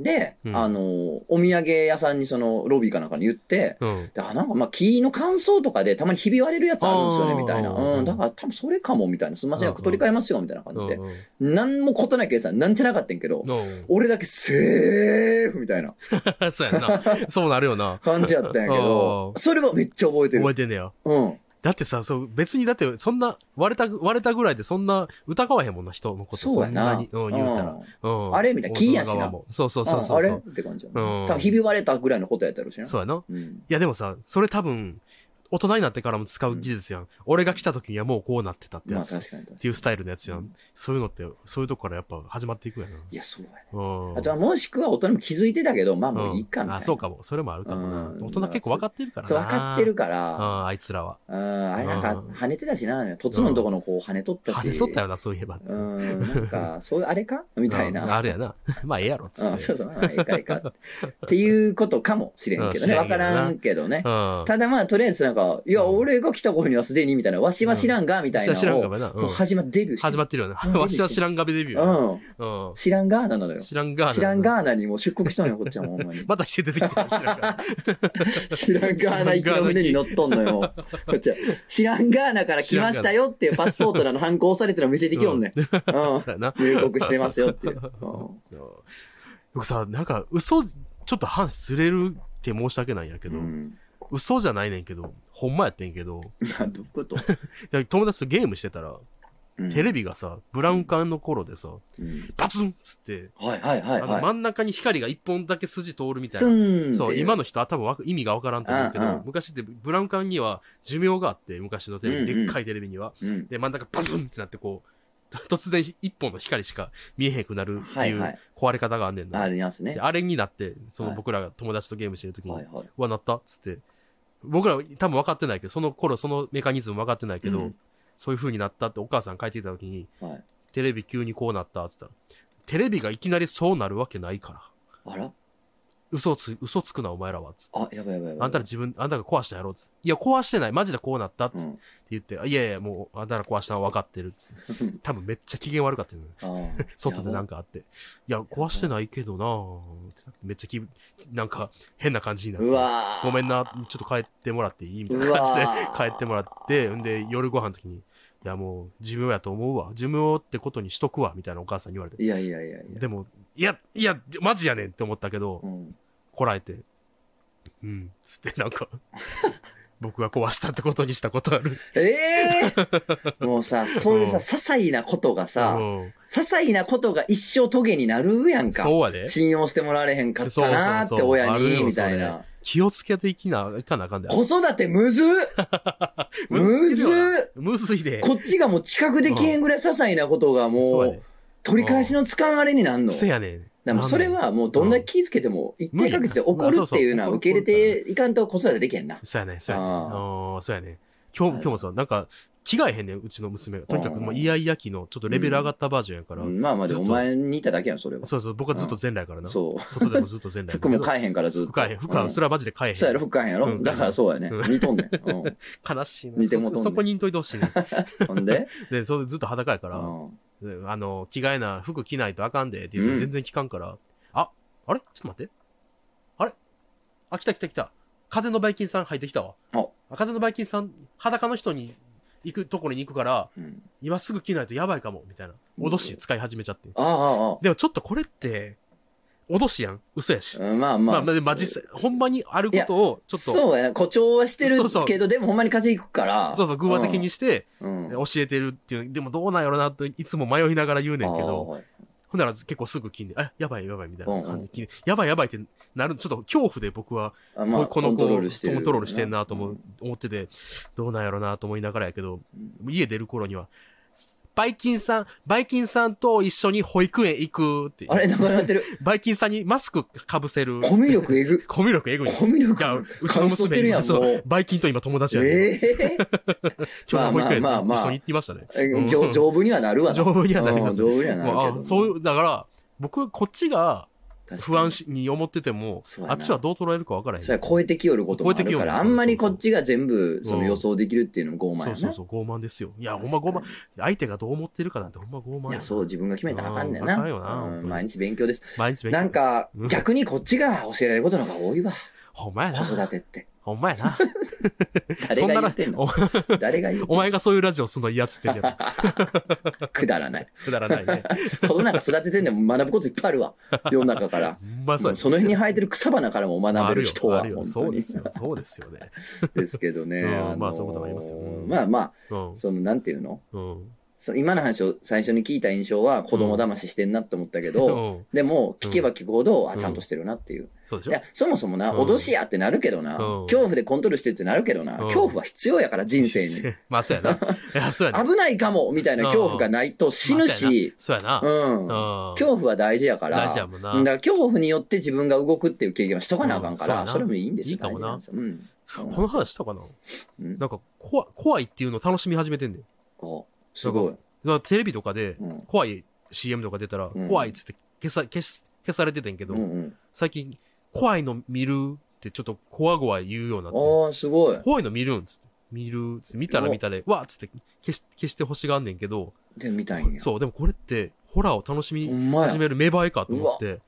A: で、
B: うん
A: あの、お土産屋さんにそのロビーかなんかに言って、
B: うん。
A: であなんかまあ木の乾燥とかでたまにひび割れるやつあるんですよね
B: あー
A: みたいな。
B: うんうんうん
A: うん、だから多分それかもみたいな。すみません、
B: うんうん
A: 取り替えますよみたいな感じで。なんもことないけどさ、なんちゃなかったんやけど、
B: う。
A: 俺だけセーフみたいなん
B: [laughs] そうやんな。そうなるよな。
A: 感じやったんやけど、それはめっちゃ [laughs] 覚えて
B: 覚え
A: る。
B: てんねや。
A: うん。
B: だってさ、そう、別にだって、そんな、割れた、割れたぐらいでそんな疑わへんもんな、人のこと。
A: そうやな。
B: そんにうん、言うたら。
A: うんあれみたいな木やしな
B: 大人側もそうそ
A: う
B: う
A: ん
B: そうそう。
A: あ
B: そ
A: れ
B: う
A: って感じやな。
B: うん
A: 多分ひび割れたぐらいのことやったやろうしな。
B: そうやな。
A: うん。
B: いやでもさ、それ多分、大人になってからも使う技術やん。俺が来た時にはもうこうなってたって
A: ま
B: や
A: あ
B: つ。っ
A: 確かに確か
B: ていうスタイルのやつ
A: に
B: や
A: うん
B: ん。そういうのって、そういうとこからやっぱ始まっていくやな。
A: いや、そうやね。
B: うん。
A: あとはもしくは大人も気づいてたけど、まあもういいかみたいな。
B: あ、そうかも。それもあるかもな
A: う。ん
B: 大人結構分かってるからな。
A: そう、分かってるか
B: う
A: ら、
B: ん、あいつらは。
A: うん、あれなん
B: う
A: か
B: ん
A: 跳ねてたしな、とつのんとこの子跳ねとったし。
B: 跳ねとったよな、そういえば。
A: うん、なんか、そういうあれかみたい
B: うん
A: な。
B: あれやな。 [laughs] まあ、ええやろ、つ
A: う
B: っ
A: ん、
B: て
A: そう。そう、まあええかええか。っていうことかもしれんけどね。
B: うん
A: わからんけどね。
B: うん。
A: ただまあ、とりあえずなんか、いや、
B: うん
A: 俺が来た頃にはすでに、みたいな、わしは知らんが、みたいな
B: 知ら
A: の
B: ん
A: を。
B: がばな。う
A: もうん始まデビューして。
B: 始まってるよ
A: うん
B: な。わしは知らんがべデビューや
A: うん。
B: な。うん。
A: 知らんがーなのよ。
B: 知らんがー
A: 知らん
B: な。。
A: ガーナにもう出国したのよ、こっちはもうほんまに
B: またして出てきたよ知らんがー。
A: 知らんガーナ行きの船に乗っとんの
B: [laughs]
A: よ。こっちは。知らんガーナから来ましたよっていうパスポートらの反抗されてるの見せてきよんねん。うん
B: そうやな。
A: 入国してますよって
B: [laughs]
A: いう。うん
B: うん僕さ、なんか、嘘、ちょっと反ずれるって申し訳ないんやけ
A: う
B: ど、
A: ん。
B: 嘘じゃないねんけど、ほんまやってんけど、
A: まあ、どういうこと
B: いや友達とゲームしてたら、テ
A: レ
B: レビがさ、ブラウン管の頃でさ、バツンっつって、
A: はいはいは
B: あ
A: い
B: の
A: は
B: 真
A: い。
B: ん中に光が一本だけ筋通るみたい
A: ス
B: な。
A: ン
B: そう、今
A: の。
B: の人は多分わか意味がわからんと思うけ
A: うんう
B: ど
A: ん、
B: 昔ってブラウン管には寿命があって、昔のテレビ、
A: うんうん
B: でっかいテレビには。
A: うん。
B: で、真ん中バツンってなってこう、 [laughs] 突然一本の光しか見えへんくなるって
A: はいいは
B: う
A: い
B: 壊れ方があんねんな。
A: ありますね
B: で。あれになって、そ
A: は
B: の
A: い
B: 僕らが友達とゲームしてるときに、
A: はいはい。
B: うわ、なったっつって。僕ら多分分かってないけど、その頃そのメカニズム分かってないけど、
A: うん
B: そういう風になったってお母さん帰ってきた時に、
A: はい
B: テレビ急にこうなったっつったら、テレビがいきなりそうなるわけないから。
A: あら
B: 嘘つ、嘘つくなお前らはっつって。
A: あ、やばいやばいやばい。
B: あんたら自分、あんたが壊したやろっつって。いや、壊してない。マジでこうなったっつ
A: う
B: って
A: ん。
B: 言って、いやいや、もう、あんたら壊したのは分かってるっつって。
A: [laughs]
B: 多分めっちゃ機嫌悪かったよね。
A: あー
B: [laughs] 外でなんかあって。いや、壊してないけどなぁってなってめっちゃ気分、なんか変な感じになって。
A: うわー
B: ごめんな、ちょっと帰ってもらっていいみたいな感じで
A: うわー
B: [laughs] 帰ってもらって、んで、夜ご飯の時に、いやもう、寿命やと思うわ。寿命ってことにしとくわ、みたいなお母さんに言われて。
A: いやいやいやいや。
B: でも、いや、いや、マジやねんって思ったけど
A: う、ん。
B: こらえて、うん、つって
A: [laughs]
B: なんか、僕が壊したってことにしたことある。
A: ええ
B: [laughs]
A: ーもうさ、そういうさ、
B: うん
A: 些細なことがさ、
B: うん
A: 些細なことが一生トゲになるやんか。
B: そうやで。
A: 信用してもらわれへんかったなーって親
B: そうそうそうある
A: に、
B: よ
A: みたいな。
B: 気をつけていきな、いかなあかんだよ。
A: 子育てむずっむずっ
B: [laughs] むずいで。
A: こっちがもう近くできへんぐらい些細なことが
B: そうや
A: もう
B: で、。
A: 取り返しのつかんあれになんの。
B: せ
A: だか
B: やねん。
A: らもうそれ
B: なんね
A: はもうどんだけ気付けても一定確率で起こるっていうのは受け入れていかんと子育てできへんな。
B: ん、そうやねん、そうやねん。
A: あ
B: あーそうやねん。今日も、今日もさ、なんか、着替えへんねん、うちの娘が。とにかくも
A: う
B: う、
A: ん
B: イヤイヤ期の、ちょっとレベル上がったバージョンやから。
A: うんまあまあでもお
B: ずっと
A: 前にいただけやん、それは。
B: そうそう、僕はずっと全裸やからな。
A: そう。
B: 外でもずっと全裸や
A: 服
B: から。
A: も買えへんからずっと。
B: 服買えへん。服
A: う
B: は、
A: ん
B: それはマジで買えへん。
A: そうやろ、服買えへんやろ。
B: うん
A: だからそうやね
B: う。
A: 似とんねん。うん
B: 悲しいな。
A: 似てもとんね
B: そ
A: ん
B: そこにいんといてほしいね。
A: ほん
B: [laughs]
A: で、
B: で、それずっと裸やか
A: う
B: ら、
A: ん
B: であの、着替えな、服着ないとあかんで、って言う
A: うん
B: と全然着かんから、あ、あれちょっと待って。あれあ、来た来た来た。風のバイキンさん入ってきたわ。
A: あ
B: あ風のバイキンさん、裸の人に行くところに行くから、
A: うん
B: 今すぐ着ないとやばいかも、みたいな。脅し使い始めちゃって。
A: ああ、ああ
B: でもちょっとこれって、脅しやん。嘘やし。
A: うんまあま
B: ま
A: あ。
B: あ、まあ、まあ実際、ほんまにあることを、ちょっと、
A: そうやな、誇張はしてる
B: そうそう
A: けど、でもほんまに稼いくから。
B: そうそう、偶話的にして、
A: うん、うん。
B: 教えてるっていう、でもどうなんやろな、といつも迷いながら言うねんけ
A: ああ
B: ど、
A: はい
B: ほんなら結構すぐ聞いて、あ、やばいやばいみたいな
A: うん
B: 感
A: う
B: じ
A: ん
B: で聞いて、やばいやばいってなる、ちょっと恐怖で僕は、
A: あまあ、
B: ここの
A: コン
B: 子
A: ト
B: を
A: ロールしてる。
B: コントロールしてんなと思
A: う
B: う思ってて、どうなんやろなと思いながらやけど、
A: ん
B: 家出る頃には、バイキンさん、バイキンさんと一緒に保育園行くって。
A: あれ、なくな
B: [laughs]
A: ってる。
B: バイキンさんにマスクかぶせる。
A: コミュ力え
B: [laughs]
A: ぐ。
B: コミュ力エグい。
A: コミュ
B: い
A: [laughs]
B: や、
A: 力
B: うちの
A: 乾燥し
B: 娘
A: てるやん
B: 今そ
A: も
B: う
A: う、
B: バイキンと今友達やね。
A: ええ
B: 今日の保育園
A: まあまあまあまあ
B: 一緒に行ってましたね。うん
A: 丈丈夫にはなるわな。
B: 丈夫にはなり
A: う
B: ま
A: ん
B: す
A: 丈夫にはなるけ
B: もう
A: ど。
B: あそう
A: う。
B: いう、だから、僕、こっちが、
A: 確かに
B: 不安しに思ってても
A: そう、やな
B: あっちはどう捉えるか分からへん。
A: それは超えてきよることもある
B: 超えて
A: か
B: きよ
A: ら、
B: る
A: あんまりこっちが全部そうの
B: ん
A: 予想できるっていうのも傲慢
B: そう
A: や
B: そ
A: な
B: う。そう、傲慢ですよ。いや、ほん
A: 確
B: ま
A: か
B: 傲
A: に
B: 慢。相手がどう思ってるかなんてほんま傲
A: い
B: 慢や
A: や、そう、自分が決めたらあかんねん
B: あ
A: な。
B: かんよな
A: うん
B: 本当に
A: 毎日勉強です。
B: 毎日勉強
A: なん、か
B: うん、
A: 逆にこっちが教えられることの方が多いわ。
B: ほんまや
A: 子
B: な。
A: 育てって。
B: ほんまやな。
A: [laughs] 誰が言ってんの
B: そんなら
A: 誰
B: [laughs]
A: が言う
B: おお前がそういうラジオすんの嫌っつってるけど、
A: くだらない。
B: くだらないね。
A: 子供なんか育ててんでも学ぶこといっぱいある
B: [laughs]
A: わ。世の中から。
B: ほんまそう
A: そ
B: や
A: の辺に生えてる草花からも学べる人は
B: あ、る
A: 本
B: よあるよ
A: 当
B: そう
A: に
B: で。すよ。そうですよね。
A: ですけどね。
B: うん
A: のー
B: まあそういうこともありますようん
A: まあま
B: う
A: あ、
B: ん。
A: その、なんていうの
B: うん。
A: そ今の話を最初に聞いた印象は子供騙ししてんなって思ったけど、
B: うん
A: でも聞けば聞くほど、
B: ん
A: あ、ちゃんとしてるなっていう。
B: そうで
A: い
B: しょ
A: や、そもそもな、
B: うん
A: 脅しやってなるけどな、
B: うん
A: 恐怖でコントロールしてってなるけどな、
B: うん
A: 恐怖は必要やから人生に。。
B: [laughs] まあそう
A: [laughs]
B: やな。いや、そうやな。
A: 危ないかもみたいな恐怖がないと死ぬし、
B: そうやな。
A: うん。
B: うん
A: 恐怖は大事やから、
B: 大事やもんな
A: だから恐怖によって自分が動くっていう経験はしとかなあかんか
B: う
A: ら、
B: ん
A: そ
B: そうやな
A: れもいいんですよ。
B: いいかもな
A: 大事なんですよ。うん。
B: この話したかな
A: うん
B: なんか、怖怖いっていうのを楽しみ始めてんだよ。
A: おすごい。
B: だからテレビとかで
A: うん、
B: 怖い CM とか出たら、
A: ん
B: 怖いっつって消さ、消し、消されててんけど、
A: うんうん。
B: 最近、怖いの見るってちょっと怖々言うようになって、
A: ああ、すごい。
B: 怖いの見るんっつって、見るっつって、見たら見たで、わーっつって消し、消して星があんねんけど、
A: で、みたいに。
B: そう、でもこれって、ホラーを楽し
A: ほ
B: み
A: んまや
B: 始。める芽生えかと思って、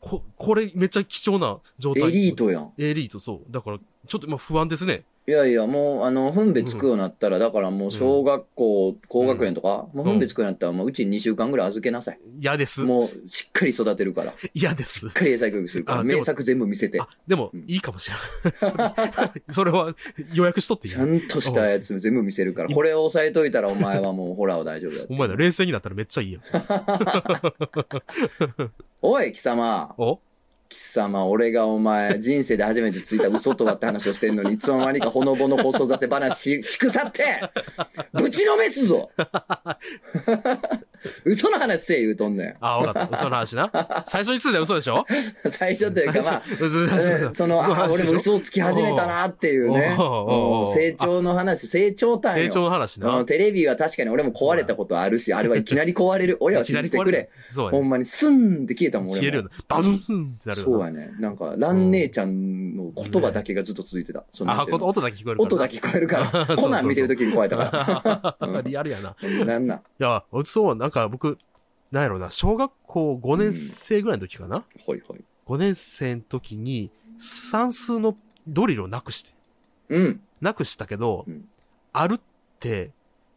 B: こ、これめっちゃ貴重な状態。
A: エリー。トやん。
B: エリート、そう。だから、ちょっとまあ不安ですね。
A: いやいや、もう、あの、分別つくようになったら、だからもう、小学校、高学年とか、もう分別つくようになったら、もう、うちに2週間ぐらい預けなさい。
B: 嫌です。
A: もう、しっかり育てる
B: [laughs]
A: から。し
B: 嫌です
A: っ。かり英才教育するから、
B: あでも
A: 名作全部見せて
B: あ。、でも
A: うん、
B: いいかもしれない。 [laughs] それは、予約しとっていい
A: ちゃんとしたやつ全部見せるから、これを抑えといたらお前はもうホラーは大丈夫だって
B: お前ら、冷静になったらめっちゃいいやん。
A: おい、貴様。
B: お
A: 貴様、俺がお前、人生で初めてついた嘘とはって話をしてんのに、いつの間にかほのぼの子育て話し、しくさ
B: [laughs]
A: って、ぶちのめすぞ [laughs] 嘘の話せえ言うとんね
B: あ、わかった。嘘の話な。最初にすんだよ、嘘でしょ
A: ん。最初 [laughs] というか、まあ、
B: 嘘嘘嘘
A: う
B: 嘘
A: んその、あ、
B: 話
A: 俺
B: でしょ
A: も嘘をつき始めたなっていうね。
B: おうおうおう
A: うん成長の話、成長タイ
B: 成
A: ム
B: 長の話な。
A: テレビは確かに俺も壊れたことあるし、あれはいきなり壊れる。親はい
B: き
A: 信
B: なり
A: じて
B: 壊
A: く
B: れ
A: れ
B: る。。そう
A: ほ
B: や
A: んまにスンって消えたもん、
B: ね。
A: 俺も。
B: 消えるよな。バドゥンってなるよな。
A: そうやね。なんか、ラン姉ちゃんの言葉だけがずっと続いてた。そのなん
B: あ、
A: ていう
B: こ
A: の
B: 音だけ聞こえるから。
A: 音が聞こえるか
B: そうそ
A: ら、
B: うそう
A: コナン見てるときに怖えたかうん
B: [laughs] リアルやな。
A: ら。なんなん
B: いや、そう、なんか僕、なんやろな、小学校5年生ぐらいの時かな、
A: ほいほい。
B: 5年生の時に、算数のドリルをなくして。
A: うん。
B: なくしたけど、
A: うん
B: あるって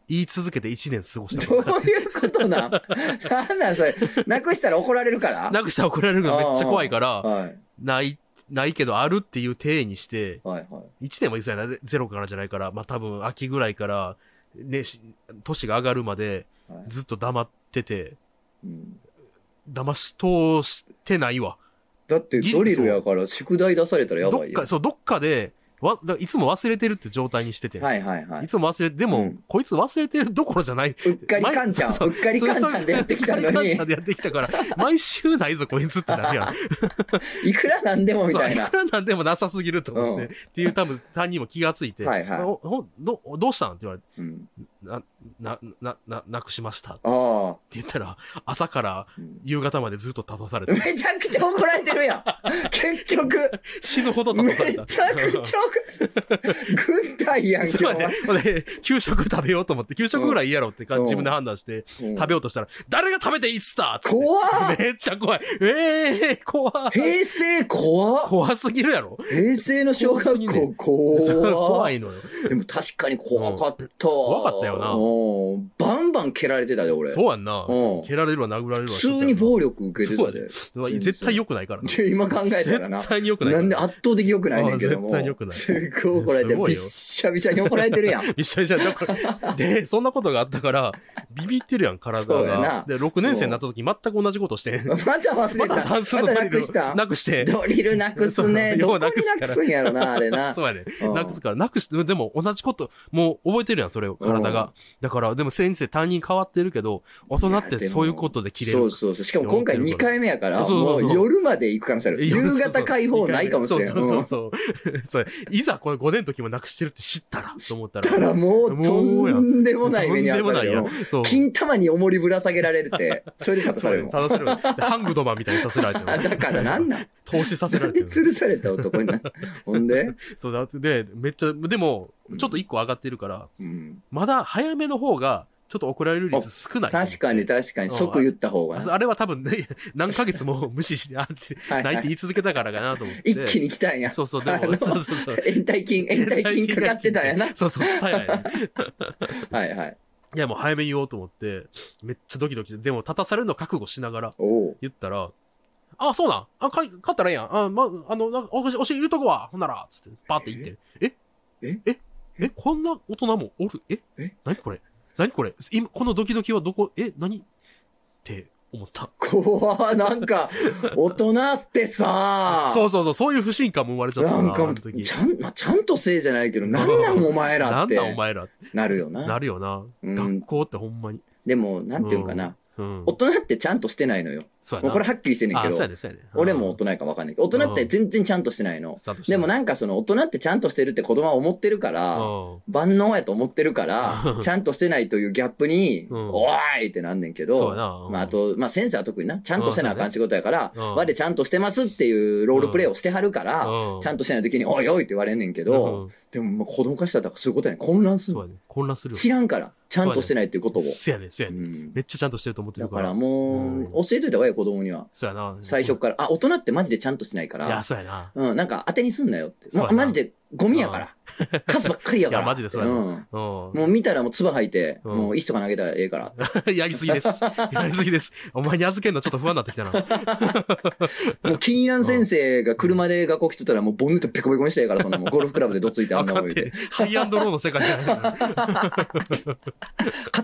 B: 言い続けて1年過ごした
A: ど
B: ことがあっ
A: ういうことなんなんなんそれ。なくしたら怒られるから
B: て。 [laughs] なくしたら怒られるのがめっちゃ怖いから、
A: はい。
B: ない、ないけどあるっていう体にして、
A: はいはい。
B: 1年もいずれなゼゼロからじゃないから、まあ多分秋ぐらいから、ね、し年が上がるまで
A: はい
B: ずっと黙ってて、
A: うん
B: 騙し通してないわ。
A: だってドリルやから宿題出されたらや
B: ど
A: ば
B: っ
A: いよ
B: か、。そう、どっかで、わ、だいつも忘れてるって状態にしてて。
A: はいはいはいい。
B: つも忘れて、で
A: う
B: も
A: ん、
B: こいつ忘れてるどころじゃない。
A: うっかりかんちゃん、
B: そうう
A: っかりかんちゃんでやってきたの
B: うっかり
A: に
B: カンちゃん、でやってきたから、毎週ないぞ、こいつってな
A: [laughs]
B: るやん。
A: いくらなんでもみ
B: そう
A: たい
B: い
A: な
B: く。らなんでもなさすぎると思って、
A: うん
B: っていう多分担任も気がついて、
A: はいはい
B: おほんどどうしたんって言われて、
A: うん
B: な、な、な、な、なくしましたって
A: ああ。
B: 言ったら、朝から
A: うん
B: 夕方までずっと立たされて、
A: めちゃくちゃ怒られてるやん。結局。
B: 死ぬほど立
A: め
B: た
A: ち
B: さ
A: ゃ
B: れ
A: く
B: た。
A: ちゃ軍隊やんけ、
B: そう
A: お
B: やね
A: 前。。
B: ほんで、給食食べようと思って、給食ぐらいいいやろってか
A: うん
B: 自分で判断して、
A: うん
B: 食べようとしたら、誰が食べていいっつったっつって。
A: 怖っ
B: めっちゃ怖い。ええー、怖い。
A: 平成怖っ
B: 怖すぎるやろ。
A: 平成の小学校怖
B: そう
A: っ
B: 怖いのよ。
A: でも確かに怖かったわ。
B: 怖かったよな
A: うんバンバン蹴られてたで、俺。
B: そうやんな。
A: うん
B: 蹴られるわ、殴られるわ。
A: 普通に暴力受けてたで。
B: うわ絶対良くないからな。
A: で今考えたらな
B: 絶。対に良くない
A: な
B: から。
A: んで圧倒的良くないねんけど
B: あ
A: も。
B: 絶対良くない
A: すっごい怒られて
B: す
A: る。
B: ご
A: び
B: い
A: っ
B: よ
A: しゃびしゃに怒られて
B: [laughs]
A: るやん。
B: 一緒じゃ
A: [laughs]
B: だから、で、そんなことがあったから、ビビってるやん、体
A: そうやな
B: が。で、6年生になった時、全く同じことしてん。
A: また忘
B: ま
A: れ
B: た
A: た。
B: 算数の
A: ま
B: ド
A: た
B: リ
A: な
B: ル
A: くした。
B: なくし
A: [laughs]
B: て。
A: ドリルなくすね。
B: そ
A: ど
B: うよ
A: こ
B: う
A: にな
B: なくすから
A: くすんやろな、あれな。
B: そうやね
A: うん。
B: なくすから、なくして、でも同じこと、もう覚えてるやん、それを、体が。だから、でも先生担任変わってるけど、大人ってそういうことで切れ
A: そ
B: る
A: う。そうそう。しかも今回2回目やから、
B: そうそうそう
A: もう夜まで行く可能性ある。夕方解放ないかもしれん。
B: そうそうそうそう。それ、いざこれ5年の時もなくしてるって知ったら、と思った
A: うんた
B: ら。
A: らもうとんでもない目に
B: と
A: 遭
B: んでも
A: う
B: な
A: た
B: いやん
A: よ。。
B: そう。
A: 金玉に重りぶら下げられて、それで立たさ
B: そ
A: れ
B: れ
A: るもん。
B: 正される。でハングドマンみたいにさせられて
A: [laughs] あだからなんなん
B: 投資させら
A: なん
B: れて
A: で
B: る。
A: 吊るされた男になほんで、
B: そうだってで、めっちゃ、でも、ちょっと一個上がってるから、
A: うん、
B: まだ早めの方が、ちょっと怒られる率少ない。
A: 確かに確かに即言った方が
B: あ
A: な
B: そうあれは多分ね、何ヶ月も無視して、あって、
A: はいは
B: 泣い
A: い
B: て言い続けたからかなと思って。
A: 一気に来たんや。
B: そうそう、で
A: あ
B: も、
A: の
B: そうそうそう。
A: 延滞金、延滞金かかってたんやな。
B: そうそう、スタヤやね。
A: はいはい。
B: いや、もう早めに言おうと思って、めっちゃドキドキして、でも立たされるの覚悟しながら
A: おう
B: 言ったら、あ、そうなんあ、かい、勝ったらええやん。あ、ま、あの、なんか、おし、おし、言うとこわ。ほんなら、つって、パーって言って。え
A: え
B: ええこんな大人もおるえ
A: え
B: 何これ何これ今、このドキドキはどこ、え何って思った。
A: 怖っなん
B: [laughs]
A: か、大人ってさ、
B: そうそうそう、そういう不信感も生まれちゃった
A: なん
B: あ
A: か
B: の、時
A: ちゃん、まあ、ちゃんとせいじゃないけど、なんなんお前ら
B: な
A: っ
B: んだお
A: て
B: 前らって
A: なるよな。
B: なるよな。
A: うん
B: 学校ってほんまに。
A: でも、なんていうんかな、
B: うん。
A: 大人ってちゃんとしてないのよ。
B: そうや
A: もう
B: な。
A: これはっきりしてんねんけ
B: あ、そうや
A: ど、
B: ね、そうやね。
A: 俺も大人やからわかんないけど、大人って全然ちゃんとしてないの。でも
B: な、
A: なんかその大人ってちゃんとしてるって子供は思ってるから、
B: うん
A: 万能やと思ってるから
B: う、ん
A: ちゃんとしてないというギャップに、
B: うん
A: おーいってなんねんけ
B: そう
A: ど
B: や、な。うん
A: まあ、あ、と、まあ、先生は特にな、ちゃんとせなあかん仕事やから、
B: うん
A: 我ちゃんとしてますっていうロールプレイをしてはるから、
B: ち
A: ちゃんとしてない時に、おいおいって言われんねんけど、でも、子供化したらそういうことやねん。混乱す
B: そう
A: る。
B: やね。混乱するよ。
A: 知らんから、ちゃんとしてないっていうことを。
B: そうやね、そうや
A: う
B: ね。
A: ん
B: めっちゃちゃんとしてると思って
A: だ
B: る
A: か
B: からら。
A: もう、教えといた方がいいよ、子供には。
B: そうやな。
A: 最初から。あ、大人ってマジでちゃんとしてないか
B: いや、
A: ら、
B: そうやな。
A: うん、なんか当てにすんなよって。
B: そうや
A: ま
B: な
A: マジでゴミやから。カスばっかりやから。
B: [laughs] いやマジでそうやな
A: うん
B: うん [laughs]
A: もう見たらもう唾吐いて、
B: うん
A: もう石とか投げたらええから。
B: やり
A: [laughs]
B: すぎです。やりすぎです。お前に預けんのちょっと不安になってきたな。
A: もう、キーラン先生が車で学校来てたら、もう、ボンネットペコペコにしてやから、そん [laughs] なもう、ゴルフクラブでどついてあ
B: あ
A: んな
B: か
A: もん
B: ん
A: 言
B: っ
A: うて
B: て。。ハイアンドローの世界じゃない
A: [laughs]
B: から。
A: 勝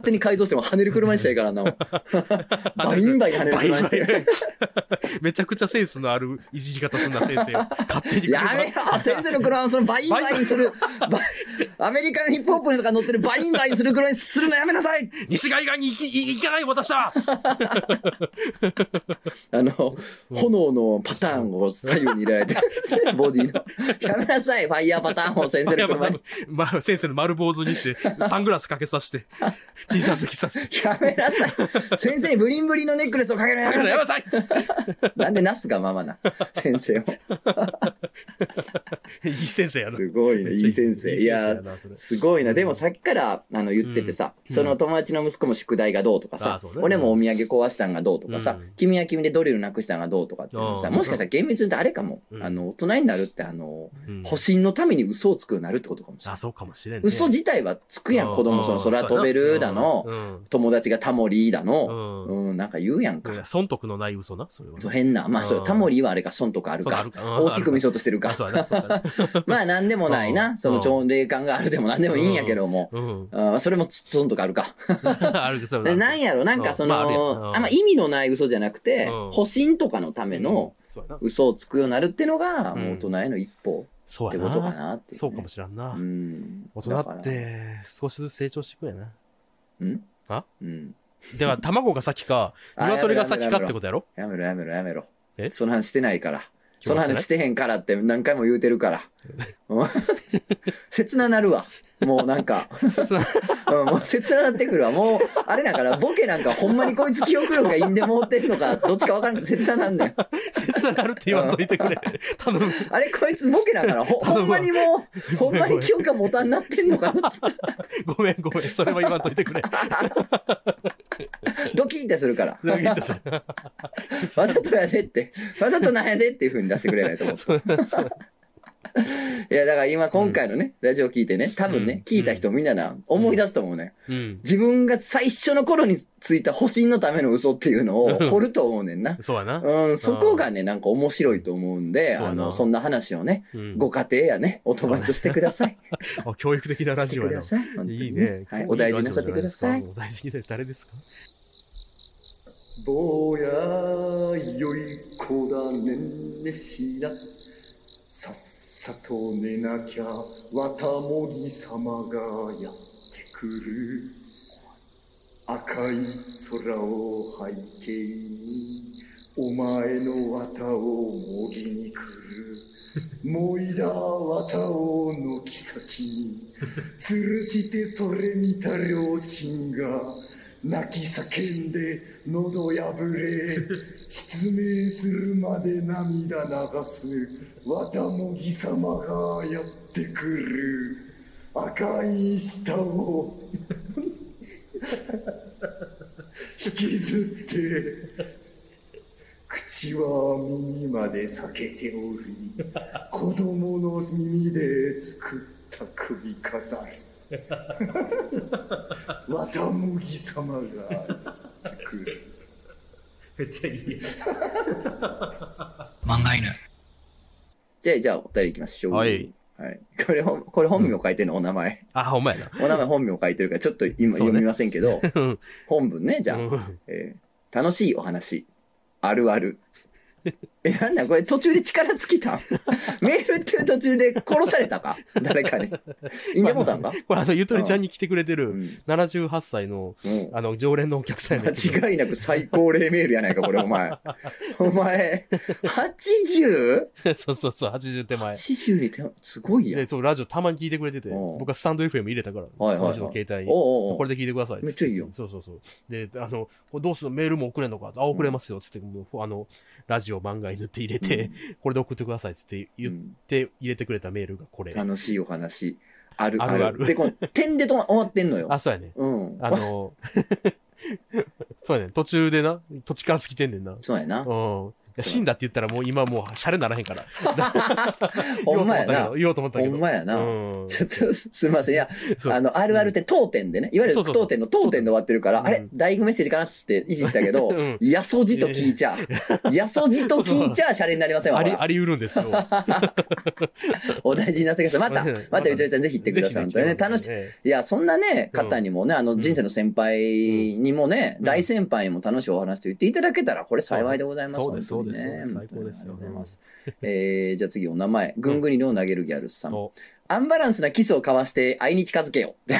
A: 手に改造しても跳ねる車にしたやからなもん。バインバイン跳ねる
B: バイ
A: 車にし
B: バ
A: てや
B: イ。 [laughs] めちゃくちゃセンスのあるいじり方すんな、先生。
A: [laughs]
B: 勝手に。
A: めろ先生の車はそのバインバインする、バイアメリカのヒップホップとか乗ってるバインバインする車にするのやめなさい
B: [laughs] 西海岸に行き行かない私は
A: あの、炎のパターンを左右に入れら [laughs] れて、ボディの。やめなさい、ファイヤーパターンを先生の車に。
B: まあ、先生の丸坊主にして、サングラスかけさせて、T シャツ着させて。
A: やめなさい。先生にブリンブリンのネックレスをかけるのやめ
B: や
A: な
B: め
A: さい。
B: なさい
A: なんでなすがままな、先生も。
B: [laughs] いい先生やな。
A: すごいね、いい先生。いや
B: めっちゃいい先生やなそれ
A: すごいな。でもさっきからあの言っててさ、
B: うん
A: その友達の息子も宿題がどうとか
B: あ
A: さ、
B: そうね
A: 俺もお土産壊したんがどうとかさ、
B: うん
A: 君は君でドリルなくしたんがどうとかっていうのもさ、
B: あー
A: もしかしたら厳密に言うとあれかも、
B: うん
A: あの、大人になるってあの、
B: うん
A: 保身のために嘘をつくようになるってことかもしれない。
B: あ、そうかもしれんね。
A: 嘘自体はつくやん、子供、その空飛べるだの、
B: の、
A: 友達がタモリーだ
B: う
A: の、
B: ん。うん。
A: うん、なんか言うやんか。
B: 損得のない嘘な、それは。
A: 変な、まあそうう、
B: ん
A: タモリーはあれか、損とかある
B: そうかあ
A: か
B: る。か
A: 大きく見
B: せ
A: そうとしてるか。
B: そうやな、そうやな。
A: まあなんでもないうな。
B: ん
A: その超霊感があるでもなんでもいいんやけども。
B: うん。
A: あ
B: [laughs]
A: ーそれもつ損とかあるか。
B: あるけど、そ
A: で
B: れ
A: なんやろ、なんかその、
B: まああるやんう
A: あ
B: ん
A: んま意味のない嘘じゃなくて
B: うん、
A: 保身とかのための、
B: そうやな。
A: 嘘をつくようになるってのが、
B: うん
A: もう大人への一歩っ
B: そう
A: て
B: や
A: ことか
B: な。
A: なっていうね。
B: そうかもしらんな
A: う。ん。
B: 大人っ
A: だか
B: て、少しずつ成長していくんやな。
A: ら。ん
B: あ
A: うん。
B: だから、卵が先か、
A: [laughs] あ
B: 鶏が先かってことやろ
A: やめろやめろやめろ。
B: え
A: その話してないから。その話してへんからって何回も言うてる
B: [laughs]
A: から。うん [laughs] 切ななるわ。もうなんか。
B: 切な
A: うん、もう切ななってくるわ。もう、あれだから、ボケなんかほんまにこいつ記憶力がいいんでもうてんのか、どっちかわかんない。切ななんだよ。
B: 切ななるって言わんといて
A: [laughs]
B: くれ。頼む。
A: あれ、こいつボケだから、ほ、ほんまにもう、ほんまに記憶がもたんなってんのかな。
B: ごめんごめん。それは言わんといて
A: [laughs]
B: くれ。
A: ドキンってするから。
B: なんか言ってさ
A: わざとやでって、わざとなんやでっていう風に出してくれないと思う。
B: そうそう
A: いや、だから今、今回のね、ラジオ聞いてね、多分ね、
B: うん
A: 聞いた人みんなな、思い出すと思うね。
B: うん。
A: 自分が最初の頃についた保身のための嘘っていうのを
B: うん
A: 掘ると思うねんな。
B: そうやな。
A: うん、そこがね、なんか面白いと思うんで、
B: そう
A: あ
B: やな
A: の、そんな話をね、
B: うん
A: ご家庭やね、お友達としてください。
B: あ教育的な [laughs] ラ
A: して
B: ジオ
A: く
B: や
A: だ
B: な。
A: さい。本当に
B: いいね。
A: はい、お大事になさってください
B: ラジ。オじゃなですかお大事にな誰ですか
A: 坊やよい子だねんねしなさっさと寝なきゃわたもぎ様がやってくる
C: 赤い空を背景に、お前の綿をもぎに来る。もいだ綿を軒先に、吊るしてそれ見た両親が、泣き叫んで喉破れ、失明するまで涙流す、綿もぎ様がやってくる。赤い舌を引きずって口は耳まで裂けており子供の耳で作った首飾り綿麦様がやってくる
B: めっちゃいいや
D: 漫画犬。
A: じゃあ、じゃあ、お便り行きましょう。
B: はい。
A: はい。これ、ほんこれ本名書いてんの、お名前。
B: あ、ほんまやな。
A: お名前本名書いてるから、ちょっと今
B: そうね
A: 読みませんけ
B: [laughs]
A: ど、
B: うん
A: 本文ね、じゃあ、
B: うん
A: えー楽しいお話、あるある。 [laughs] え、なんなんこれ途中で力尽き
B: [laughs]
A: たんメールっていう途中で殺されたか誰か
B: [laughs]
A: に。インデボタンが、
B: これあの、ゆとりちゃんに来てくれて
A: う
B: る
A: ん、
B: 78歳の、
A: もう
B: あの、常連のお客さんやねんけど
A: [laughs] 間違いなく最高齢メールやないか、これ、お
B: [laughs]
A: 前。お前、80?80
B: [laughs] そうそうそう、80手前。
A: に手すごいやん。
B: で、そう、ラジオたまに聞いてくれてて、
A: うん
B: 僕はスタンド FM 入れたから、
A: はいはいはい
B: その人の携帯に。
A: おうおうおう
B: これで聞いてくださいつて
A: めっちゃいいよ
B: そうそうそう。で、あの、これどうするのメールも送れんのかあ、送れますよ。つって、もう、あの、ラジオ漫画犬って入れて、これで送ってください。つって
A: う
B: 言っ
A: ん
B: て、入れてくれたメールがこれ。
A: 楽しいお話、あるある。
B: あるある
A: で、この点で止ま終わってんのよ
B: あ、。そうやね。
A: うん。[laughs]
B: あの、そうやね。途中でな、土地から好きてんねんな。うん。
A: そうや [laughs] な。
B: いや死んだって言ったらもう今もうシャレならへんから。
A: [laughs] ほんまやな。
B: 言おうと思ったけ
A: ほ
B: ど。
A: ん
B: 言おうと思っ
A: まや
B: たけど。
A: な。
B: うん
A: ちょっとすすみません。いや、
B: そう
A: あの、あるあるって当点でね、いわゆる
B: そうそうそう
A: 当点の当点で終わってるから、
B: うん
A: あれダイイフメッセージかなっていじったけど
B: うん、
A: やそじと聞いちゃ、やそじと聞いちゃ、シャレになりませんわ。
B: あ
A: ほ
B: り、
A: ら
B: あり得る
A: [laughs]
B: んですよ。
A: お大事になさってください。また、また、ゆとりちゃんぜひ行ってください。本当にね、楽しい。
B: い。
A: いや、そんなね、
B: うん
A: 方にもね、あの、
B: ん
A: 人生の先輩にもね、
B: うん
A: 大先輩にも楽しいお話と言っていただけたら、これ幸いでございます。
B: そうです
A: 本当にね
B: そうですそうです最高ですよ
A: 本当にありがとうございます。えー、じゃあ次お名前。ぐんぐりの投げるギャルさん。
B: お
A: アンバランスなキスを交わして、愛に近づけよ。
B: あー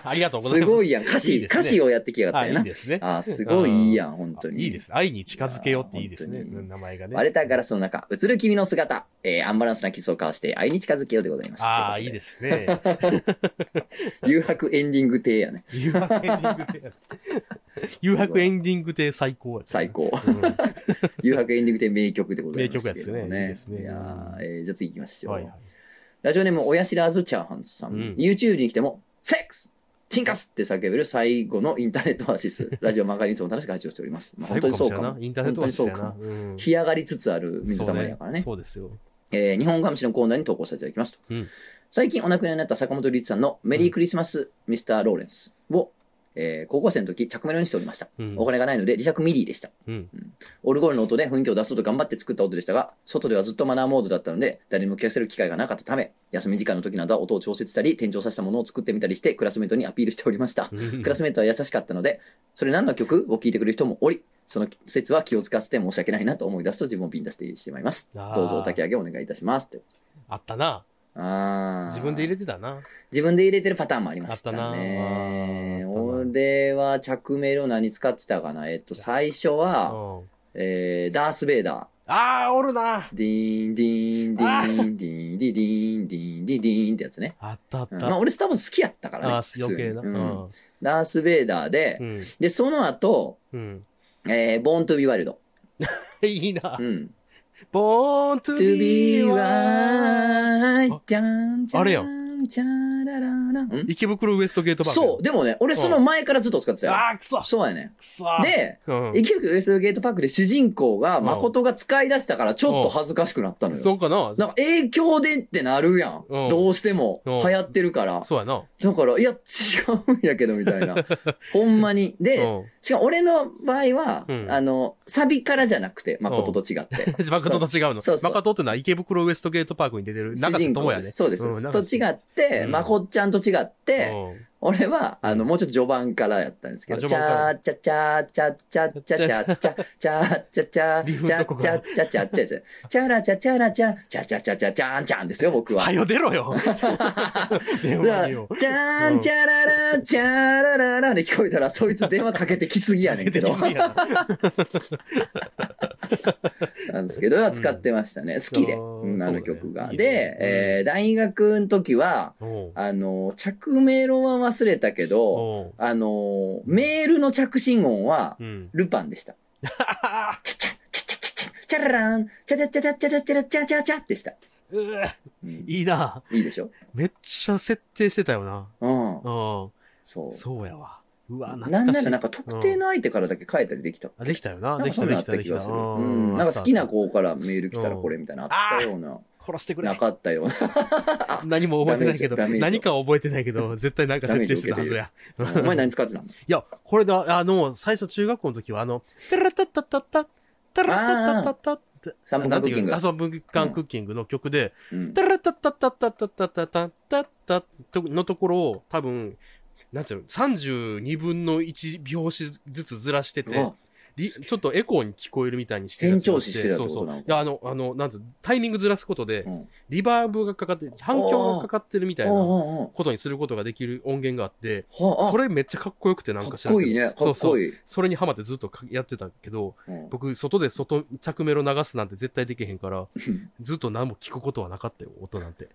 A: [laughs] あ、
B: ありがとうござ
A: す
B: います。
A: ごいやん。歌詞、
B: いいですね
A: 歌詞をやってきやがった
B: あ
A: よ
B: いい
A: な。
B: ですね。
A: あ、すごいいいやん、本当に。
B: いいです。愛に近づけよっていいです
A: い
B: ね。
A: やー本当に
B: 名前がね。
A: 割れたガラスの中、映る君の姿、えー、アンバランスなキスを交わして、愛に近づけようでございます。
B: ああ、いい
A: す
B: ですね。
A: [laughs] 誘惑エンディング亭やね。
B: 誘惑エンディング亭。 [laughs] 誘惑エンディング亭最高や
A: 最
B: [laughs]
A: 高。
B: うん
A: 誘惑エンディング亭名曲でございますけど
B: 名曲やつねいいですね
A: いやーえーじゃあ次行きましょう。
B: はいはい
A: ラジオネーム、親知らずチャーハンさん。
B: うん
A: YouTube に来ても、セックスチンカスって叫べる最後のインターネットオアシ
B: [laughs]
A: ス。ラジオマガリンソンを楽しく配置をしております。まあ
B: 最
A: 本当
B: 高
A: にそ
B: かも
A: うか
B: しれんな
A: も。
B: インターネットはそうかな
A: 本。
B: うん
A: 干上がりつつある水たまりやからね。
B: そうですよ。
A: えー日本紙のコーナーに投稿させていただきますと。
B: うん
A: 最近お亡くなりになった坂本龍一さんのメリークリスマス、ミスター・ローレンスを、えー高校生の時着メロにしておりました。
B: うん
A: お金がないので磁石ミリーでした。
B: うん
A: オルゴールの音で雰囲気を出そうと頑張って作った音でしたが、外ではずっとマナーモードだったので、誰にも聞かせる機会がなかったため、休み時間の時などは音を調節したり、転調させたものを作ってみたりして、クラスメートにアピールしておりました。クラスメートは優しかったので、それ何の曲を聴いてくれる人もおり、その説は気を使わせて申し訳ないなと思い出すと自分をビンタしてしまいます。
B: あー
A: どうぞお炊き上げお願いいたします。って
B: あったな。
A: あー
B: 自分で入れてたな。
A: 自分で入れてるパターンもありましたね。
B: あったなあったな
A: 俺は着メロ何使ってたかなえっと、最初は、
B: うん
A: えー、ダース・ベイダー。
B: ああ、おるな。
A: ディーン、ディーン、ディーン、ディーン、ディーン、ディーン、ディーン、ディーン、ディーンってやつね。
B: あったあっ
A: うん
B: た。
A: まあ、俺多分好きやったからね。
B: ああ、
A: 普通に
B: 余計な。
A: う
B: うんん。
A: ダース・ベイダーで
B: う、ん。
A: で、その後、
B: うん。
A: えー、ボーン・トゥ・ビ・ワイルド。
B: [laughs] いいな
A: う。ん。
B: ボーン
A: ト
B: トゥ
A: ゥ・
B: ビ
A: ビ・
B: ーは
A: ワイ、じゃん、じゃん、
B: あれや
A: じゃん、ららら。うん
B: 池袋ウエストゲートバーガー
A: そう、でもね、俺その前からずっと使ってたよ。
B: ああ、くそ
A: そうやね。
B: くそ
A: で、
B: うん
A: 結局ウエストゲートパークで主人公が誠が使い出したからちょっと恥ずかしくなったの
B: そ
A: よ。
B: うかな
A: なんか影響でってなるやん。
B: うん
A: どうしても
B: う
A: 流
B: ん
A: 行ってるから。
B: そうやな。
A: だから、いや、違うんやけどみたい
B: [laughs]
A: な。ほんまに。で、
B: うん。 [laughs]
A: しかも俺の場合は
B: う、ん
A: あの、サビからじゃなくて、誠と違
B: [laughs]
A: って。
B: 誠と違うの。
A: そうそう
B: 誠ってのは池袋ウエストゲートパークに出てる
A: 主
B: 中瀬
A: 人
B: 智
A: 公
B: 也
A: で
B: ね。
A: す。そうです。
B: ん
A: と違って、
B: うん
A: まこっちゃんと違って、
B: う
A: 俺は、あの、
B: うん
A: もうちょっと序盤からやったんですけど、
B: あ
A: チ
B: 序盤か
A: ャーチャチャチャチャチャチャチャチャチャチャ
B: リフ
A: チ
B: の
A: ャ
B: とこ
A: チャ
B: が
A: チャチャチャチャチャラチャチャラチャチャチャチャチャチャンチャンですよ、僕は。
B: はよ出ろ
A: [laughs]
B: よ。電
A: じゃ
B: 話
A: あ
B: 出よ。
A: チャーンチャララチャラララで聞こえたら、そいつ電話かけてきすぎやねんけ
B: 出
A: ど
B: て。きすぎやな
A: なんですけど、使ってましたね。好きで、
B: あー
A: うんあ
B: そう
A: の
B: ね
A: 曲が。
B: いいね
A: で、えー大学の時は、
B: おう
A: あの、着メロは忘れたけど、
B: おう
A: あの、メールの着信音は、
B: うん。
A: ルパンでした。チャチャチャチャチャチャチャラランチャチャチャチャチャチャチャラチャチャチャでした。
B: うえ
A: うん
B: いいな。
A: いいでしょ
B: めっちゃ設定してたよな。
A: うん。
B: う
A: そ
B: ん。そうやわ。うわ、
A: う。
B: 懐か
A: な
B: しい。
A: んならなんか特定の相手からだけ変えたりできた。
B: あできたよ
A: な
B: な。
A: んか
B: できた
A: そういうの
B: で
A: あ
B: き
A: ったた
B: で
A: 気
B: きた。
A: がする。うん。なんか好きな子からメール来たらこれみたいな、あったような、
B: 殺してくれ
A: な。かったような。
B: 何も覚えてないけど、
A: ダメージダメージ
B: 何かは覚えてないけど、絶対なんか設定してたはずや。
A: お前何使ってたの
B: いや、これだ、あの、最初中学校の時は、あの、タラタタタタ、タラタタタタって、
A: 三分間クッキング
B: あ、。そう、文間クッキングの曲で、
A: うん
B: タラタタタタタタタタタタのところを、多分、なんていうの、32分の1拍子ずつずらして
A: う
B: て、
A: わ
B: りちょっとエコーに聞こえるみたいにして
A: 変調子してたって
B: そう
A: こ
B: そ
A: と
B: う。
A: ないのか
B: や、あの、あの、なんつう、タイミングずらすことで
A: う、ん
B: リバーブがかかって、反響がかかってるみたいな
A: おうおうおう
B: ことにすることができる音源があって、
A: はあ
B: それめっちゃかっこよくてなんか知
A: からっこ
B: んけど
A: いいね。かっ
B: そうそ
A: こ
B: う。
A: いい。
B: それにハマってずっとかやってたけど、
A: うん
B: 僕、外で外、着メロ流すなんて絶対できへ
A: [laughs]
B: んから、ずっと何も聞くことはなかったよ、音なんて。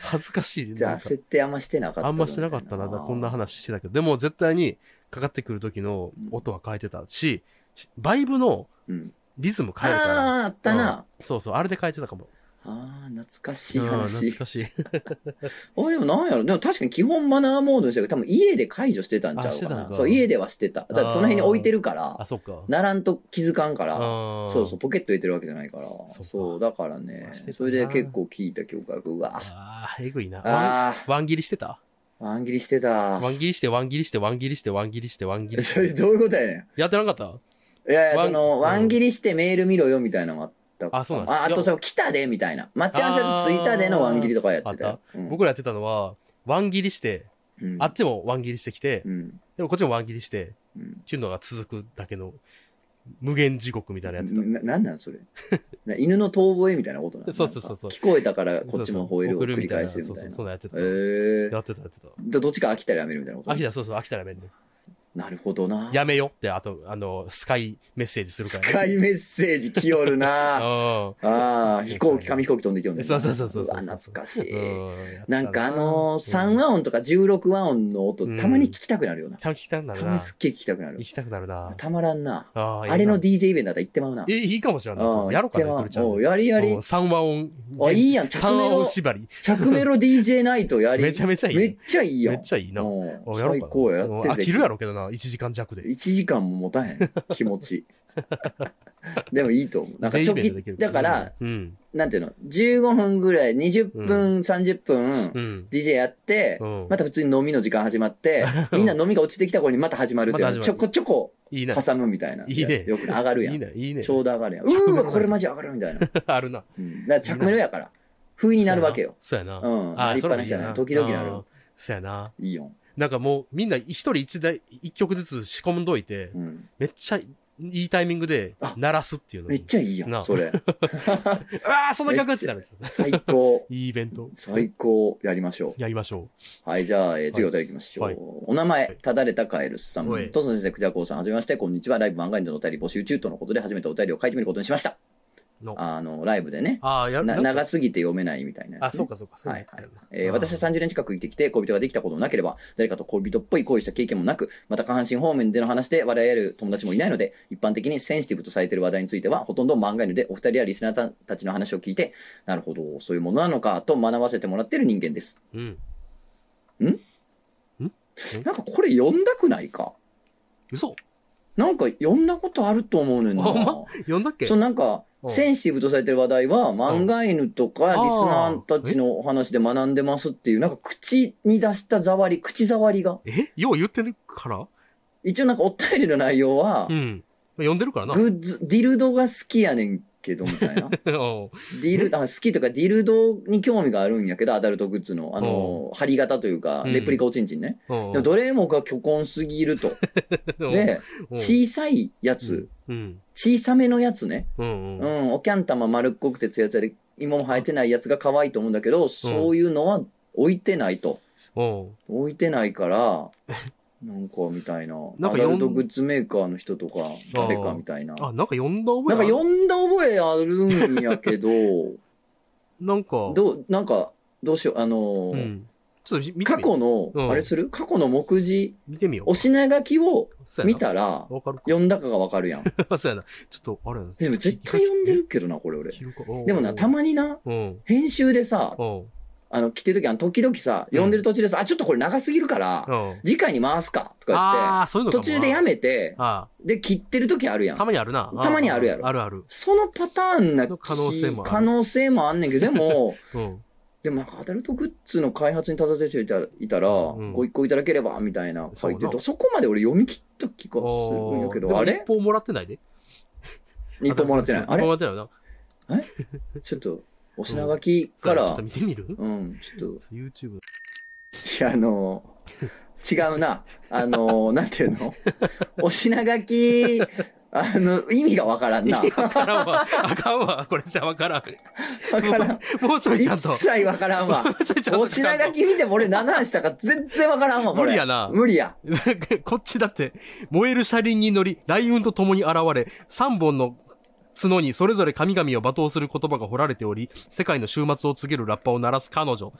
B: 恥ずかしい。
A: じゃ
B: な
A: あ、
B: んか
A: 設定あんましてなかった。
B: あんましてなかったな、こんな。話してたけど、でも絶対にかかってくる時の音は変えてたし、しバイブの
A: うん。
B: リズム
A: あ
B: 変えるから。
A: あ、あった
B: うん
A: な。
B: そうそう、あれで変えてたかも。
A: ああ、懐かしい
B: うん懐
A: 話。
B: かしい。
A: あ、でもなんやろ。でも確かに基本マナーモードにしたけど、多分家で解除してたんちゃ
B: あ
A: う
B: し
A: か
B: てたん
A: な。
B: か
A: そう、家ではしてた。じゃあ、その辺に置いてるから
B: あ、、そっか。
A: ならんと気づかんから。
B: あー
A: そうそう、ポケット入れてるわけじゃないから。
B: そうか
A: そう、だからね
B: まあしてた。な
A: それで結構聞いた記憶がある。うわ。
B: あーえぐいな。ワン
A: あ
B: ワン切りしてた
A: あ、ワン切りしてた
B: ワ。ン切りして、ワン切りして、ワン切りして、ワン切りして、ワン切
A: [laughs]
B: りし
A: そ
B: て
A: れ。どういうことやねん。
B: やってなかった
A: いやいや、
B: ワン
A: その、
B: うん
A: ワン切りしてメール見ろよみたいなのがあったかも
B: あそうなんです
A: あ、あとさ、来たでみたいな。待ち合わせついたでのワン切りとかやってたよ。うん
B: 僕らやってたのは、ワン切りして、
A: うん
B: あっちもワン切りしてきて、
A: うん。
B: でもこっちもワン切りして、
A: うん
B: っていうのが続くだけの、無限地獄みたいなやつだ。
A: ななんなんそれ。な犬の遠吠えみたいなことなの
B: [laughs] そうそうそうそう
A: なんか聞こえたからこっちも吠えるを
B: 送
A: 繰り返してるみたいな
B: そうそう、そ。んなんやってた。
A: ええ。
B: やってた、やってた。
A: どどっちか飽きたらやめるみたいなこと
B: 飽きた、そうそう、飽きたらやめんね。
A: なるほどな。
B: やめよって、あと、あの、スカイメッセージする
A: ス
B: から、
A: カ
B: ね。
A: イメッセージ来よる
B: [laughs]
A: な。
B: あ
A: ああ、飛行機、紙飛行機飛んできよんねんな
B: そうそうそうそうそう
A: わ懐かし
B: あ。
A: い。
B: うん
A: なんかあのー、3
B: は、
A: 和音とか16和音の音、
B: うん
A: たまに聞きたくなるよな。
B: たまに聞きたくなる
A: た
B: な。
A: まにすっげえ聞きたくなる
B: 行。きたくなるな。
A: たまらんな。
B: あー
A: あれの
B: いい
A: DJ イベントだったら行ってまうな
B: な。え、いいかもしれない。そ
A: ん
B: うやろうか
A: 行
B: な、
A: っ
B: くる
A: て
B: ちゃ
A: まう
B: ん
A: お
B: で。
A: うやりやり
B: うん。三和音。
A: あ、いいやん。着メ
B: 三和
A: ロ
B: 音、縛り。
A: 着メロ DJ ナイトやり。
B: [laughs] めちゃめちゃいい。
A: めっちゃいいやん。
B: めっちゃいいな。
A: う
B: あ
A: ん
B: やろう
A: 最
B: かな
A: 高や。やって
B: うん
A: ぜ
B: 飽きるやろうけどな、1時間弱で。
A: 1時間も持たへ
B: [laughs]
A: ん。気持ち。 [laughs] でもいいと思う。なんかちょ
B: デイベントでき
A: き、
B: る
A: だから、、
B: うん。
A: なんていうの、15分ぐらい、20
B: う
A: 分、30分
B: う、ん。
A: DJ やって
B: う、ん
A: また普通に飲みの時間始ま
B: [laughs]
A: って、みんな飲みが落ちてきた頃にまた始まるっていうの
B: また
A: ち
B: 始
A: ょ
B: ま
A: こちょこ
B: いいな。
A: 挟むみたいな。
B: いいね
A: よく上がるや
B: いい
A: ん。
B: ね、いいね。
A: ちょうど上がるやん。う
B: 着メ
A: ー
B: ロ
A: わ、これマジ上がるみたいな。
B: [laughs] あるな。
A: うんだから着メロやから。不意になるわけよ。
B: そうやな。
A: う
B: あ
A: ん。なりっぱなしじゃない。時々な。
B: それもいい
A: る
B: あ。そうやな。
A: いいよ。
B: なんかもう、みんな一人一台、一曲ずつ仕込んどいて、
A: うん。
B: めっちゃいいタイミングで
A: あ
B: 鳴らすっていうの。
A: めっちゃいいや、
B: なんあ
A: それ。
B: うわあ、その曲ってなるんですよ
A: 最高。
B: いいイベント。
A: 最高。やりましょ
B: やりましょ
A: う。はい、じゃあ、えー次お便り行きましょ。
B: はいう
A: お名前、ただれたカエルスさん。
B: おい
A: とその先生、くじゃこうさん、はじめまして、こんにちは。ライブ漫画でのお便り募集中とのことで、初めてお便りを書いてみることにしました。
B: う。の。
A: あの、ライブでね。
B: ああ、や
A: な
B: なんか
A: 長すぎて読めないみたいなやつね
B: あ、そうかそうか。そう
A: は
B: や
A: い
B: つ
A: は
B: だ
A: い
B: よな
A: えー私は30年近く生きてきて恋人ができたこともなければ誰かと恋人っぽい恋した経験もなくまた下半身方面での話で笑い合える友達もいないので一般的にセンシティブとされている話題についてはほとんど漫画犬でお二人やリスナーたちの話を聞いてなるほどそういうものなのかと学ばせてもらっている人間です
B: うん。
A: なんかこれ読んだくないか
B: 嘘
A: なんか読んだことあると思うね
B: [laughs]
A: んな
B: ほんま読んだっけ
A: そのなんか
B: うん
A: センシティブとされてる話題は漫画犬とかリスナーたちのお話で学んでますっていうなんか口に出したざわり口ざわりが
B: えよう言ってるから
A: 一応なんかお便りの内容は
B: う、ん。まあ読んでるからな。
A: グッズ、ディルドが好きやねんけど、みたいな。
B: [laughs] おう
A: ディル、あ、好きとか、ディルドに興味があるんやけど、アダルトグッズの、あの、針型というか、
B: うん
A: レプリカおちんちんね。
B: おう
A: でも、どれもが虚婚すぎると。
B: おう
A: で、
B: おう
A: 小さいやつ、
B: うん。
A: 小さめのやつね。
B: うん。
A: う
B: うん。
A: ん、おキャン玉丸っこくてツヤツヤで、芋も生えてないやつが可愛いと思うんだけど、そういうのは置いてないと。
B: おう
A: 置いてない
B: [laughs]
A: から、なんかみたいな。
B: なん
A: ア
B: か
A: ダ
B: よん
A: ルトグッズメーカーの人とか、誰かみたいな。
B: あ、なんか呼んだ覚
A: な
B: え
A: んか
B: ある
A: 呼んだ覚えあるんや
B: [laughs]
A: けど、
B: なんか、
A: どう、なんか、どうしよう、あのー
B: うん。ちょっと見て
A: 過
B: みよう
A: 去の、
B: うん
A: あれする過去の目次、
B: 見てみよう
A: お。品書きを
B: そうや
A: 見
B: な
A: たら、
B: わかる [laughs]
A: 読んだかがわかるやん。
B: か。そうやな。ちょっと、あれやな。
A: でも絶対読んでるけどな、これ俺。
B: 昼かおう
A: でもな、たまにな、
B: うん。
A: 編集でさ、
B: おう
A: あの、来てる時あの、時々さ、読んでる途中でさ、あ、ちょっとこれ長すぎるから、
B: おう
A: 次回に回すか、とか
B: ああ、そういう
A: 言っ
B: の
A: て、
B: か
A: 途
B: も
A: 中でやめて、
B: あ
A: で、切ってる時あるや
B: あ、た
A: ん。
B: まにあるな。
A: たまにあるやろ
B: あるある。
A: そのパターンな
B: の可能性もある
A: 可能性もあんねんけど、でも、
B: うん。
A: でもなんかアダルトグッズの開発に立たせていたいたら、
B: うん
A: ご一個いただければみたいな書いて
B: そうな
A: て、そこまで俺読み切った気がす
B: お
A: るんやけ
B: ーで
A: ど、
B: も
A: あれ
B: 一本もらってないで。
A: 一本もらってない。
B: そう
A: あ
B: 一本
A: れ
B: もらってないよな。
A: ちょっと、お品書き
B: そ
A: か
B: うやなち
A: ら
B: ょっと、見てみる [laughs]
A: うん、ちょっと、
B: ?YouTube。
A: いや、あの、違うな。あの、 [laughs] なんていうのお品書き、あの、意味がわからんな。わ
B: あかんわ。あかんわ。これじゃわからん。
A: からん。
B: [laughs] もうちょいちゃ
A: 一
B: んと。
A: 切わからんわ。
B: もう [laughs] ちょいちゃんと。
A: お品書き見ても俺何話したか全然わからんわ、これ。
B: 無理やな
A: 無理や。
B: なんかこっちだって、燃える車輪に乗り、雷雲と共に現れ、3本の角にそれぞれ神々を罵倒する言葉が彫られており、世界の終末を告げるラッパを鳴らす彼女。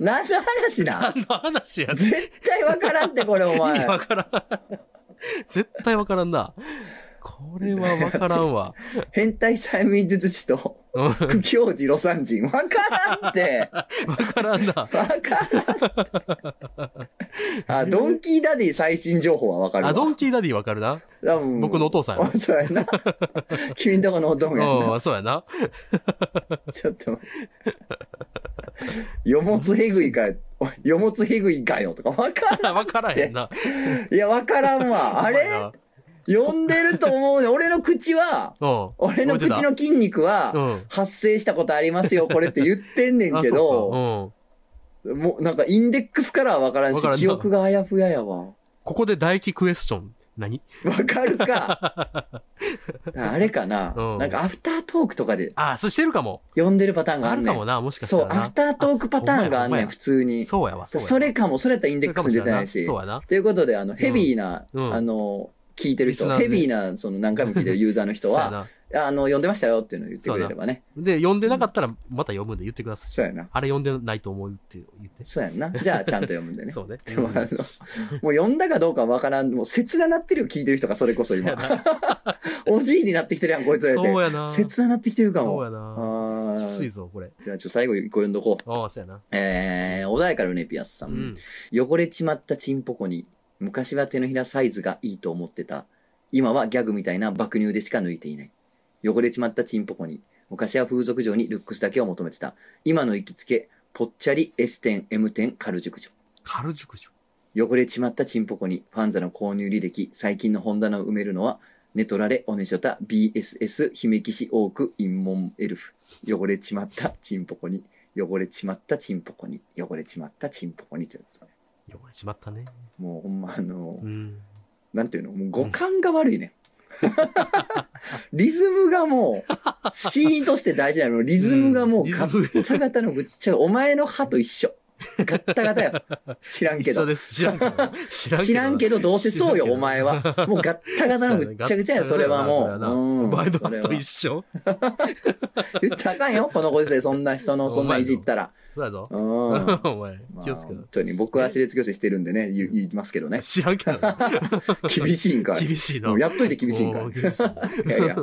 A: 何の話な
B: 何の話やねん
A: 絶対わからんってこれお
B: [laughs] 意味
A: 前
B: わからん。絶対わからんな。これはわからんわ。
A: 変態催眠術師と
B: うんわ
A: 不教寺魯山人わからんってわ
B: からんな。
A: からんってあドンキーダディ最新情報はわかるわ
B: あ、ドンキーダディわかるな。
A: 多分
B: 僕のお父さんやな
A: あそうやな君んとこのお父さんや
B: う、
A: なん
B: そうやな。
A: ちょっと待ってよもつへぐいかよよもつへぐいかよとかわか
B: わからへんな。
A: んいやわからんわあ
B: ほんま
A: れ
B: や
A: 呼んでると思うね俺の口は
B: な
A: 俺の口の筋肉は、
B: うん。うん。
A: 発生したことありますよ、これって言ってんねん
B: [laughs] あ
A: け
B: そうか
A: ど、
B: うん。
A: もうなんかインデックスからは分からん
B: わからん
A: し、
B: な
A: 記憶があやふややわ。
B: ここで第一クエスチョン。何
A: わかるか。
B: [laughs]
A: あれかな、
B: うん
A: なんかアフタートークとかで
B: あ、そうしてるかも。
A: 呼んでるパターンがあ
B: あ
A: ん
B: る
A: ね
B: かも
A: ん。
B: な、もしかした
A: そ
B: ら
A: う、
B: な。
A: アフタートークパターンがあんね
B: あほんまやほんまや
A: ん、普通に。そ
B: そうやわ、そうやわ。
A: れかも、それやったらインデックスに出てないし。
B: そうやな。
A: ということで、あの、ヘビーな、
B: うん
A: あの、聞いてる人、
B: リスナー
A: ヘ
B: でね
A: ビーな、その何回も聞いてるユーザーの人
B: [laughs] そうや
A: は、
B: な。
A: あの、呼んでましたよっていうのを言ってくれればね。
B: で、呼んでなかったら、また読むんで言ってください。
A: そうやな。
B: あれ呼んでないと思うって言って。
A: そうやんな。じゃあ、ちゃんと読むんでね。
B: そうね。
A: で [laughs] もあの、もう呼んだかどうかわからん。もう切ななってるよ、聞いてる人が、それこそ今。おじいになってきてるやん、こいつら
B: そう
A: や
B: やな。
A: て。切ななってきてるか
B: そう
A: も。
B: やな。
A: あ
B: きつい
A: ー
B: ぞ、これ。
A: じゃあ、ちょ、最後一個読んどこう。
B: ああ、そうやな。
A: えー、穏やかルネピアスさ,、
B: うんん。
A: 汚れちまったチンポコに、昔は手のひらサイズがいいと思ってた。今はギャグみたいな爆乳でしか抜いていない。汚れちまったチンポコに、昔は風俗嬢にルックスだけを求めてた。今の行きつけ、ぽっちゃり S 店 M 店カル塾女。
B: カル塾長。
A: 汚れちまったチンポコにファンザの購入履歴最近の本棚を埋めるのはネトラレオネショタ BSS 姫騎士オーク陰門エルフ汚れちまったチンポコに汚れちまったチンポコに汚れちまったチンポコにということで
B: 汚れちまったね。
A: もうほんまあの、
B: うん。
A: なんていうのもう五感が悪いね、リズムがもうシーンとして大事なのリズムがもう
B: リ
A: ガ
B: ズ
A: ッ
B: ム
A: タガタのぐっちゃお前の歯と一緒ガッタガタよ知らんけ
B: 一緒
A: ど
B: です。知らんけど。知
A: [laughs] 知らんけ
B: ど。
A: ど、どうせそうよ、
B: 知らんけど
A: お前は。もうガッタガ
B: [laughs]
A: タのぐっちゃぐちゃや、それはもう。
B: お
A: うん。
B: 前の
A: それ
B: 歯
A: は
B: と一緒
A: 言ったらあかんよ、このご時世、そんな人
B: [laughs]
A: の、そんないじったら。
B: そうやぞ。
A: うん。
B: [laughs] お前、
A: まあ
B: 気をつけろ
A: 本。当に、僕は私立教師してるんでね、言う言いますけどね。
B: 知らんけど。
A: [laughs] 厳しいん
B: [laughs]
A: かい。
B: 厳しいな
A: もう。やっといて厳しいんか
B: おー厳しい
A: い。 [laughs] いやいや、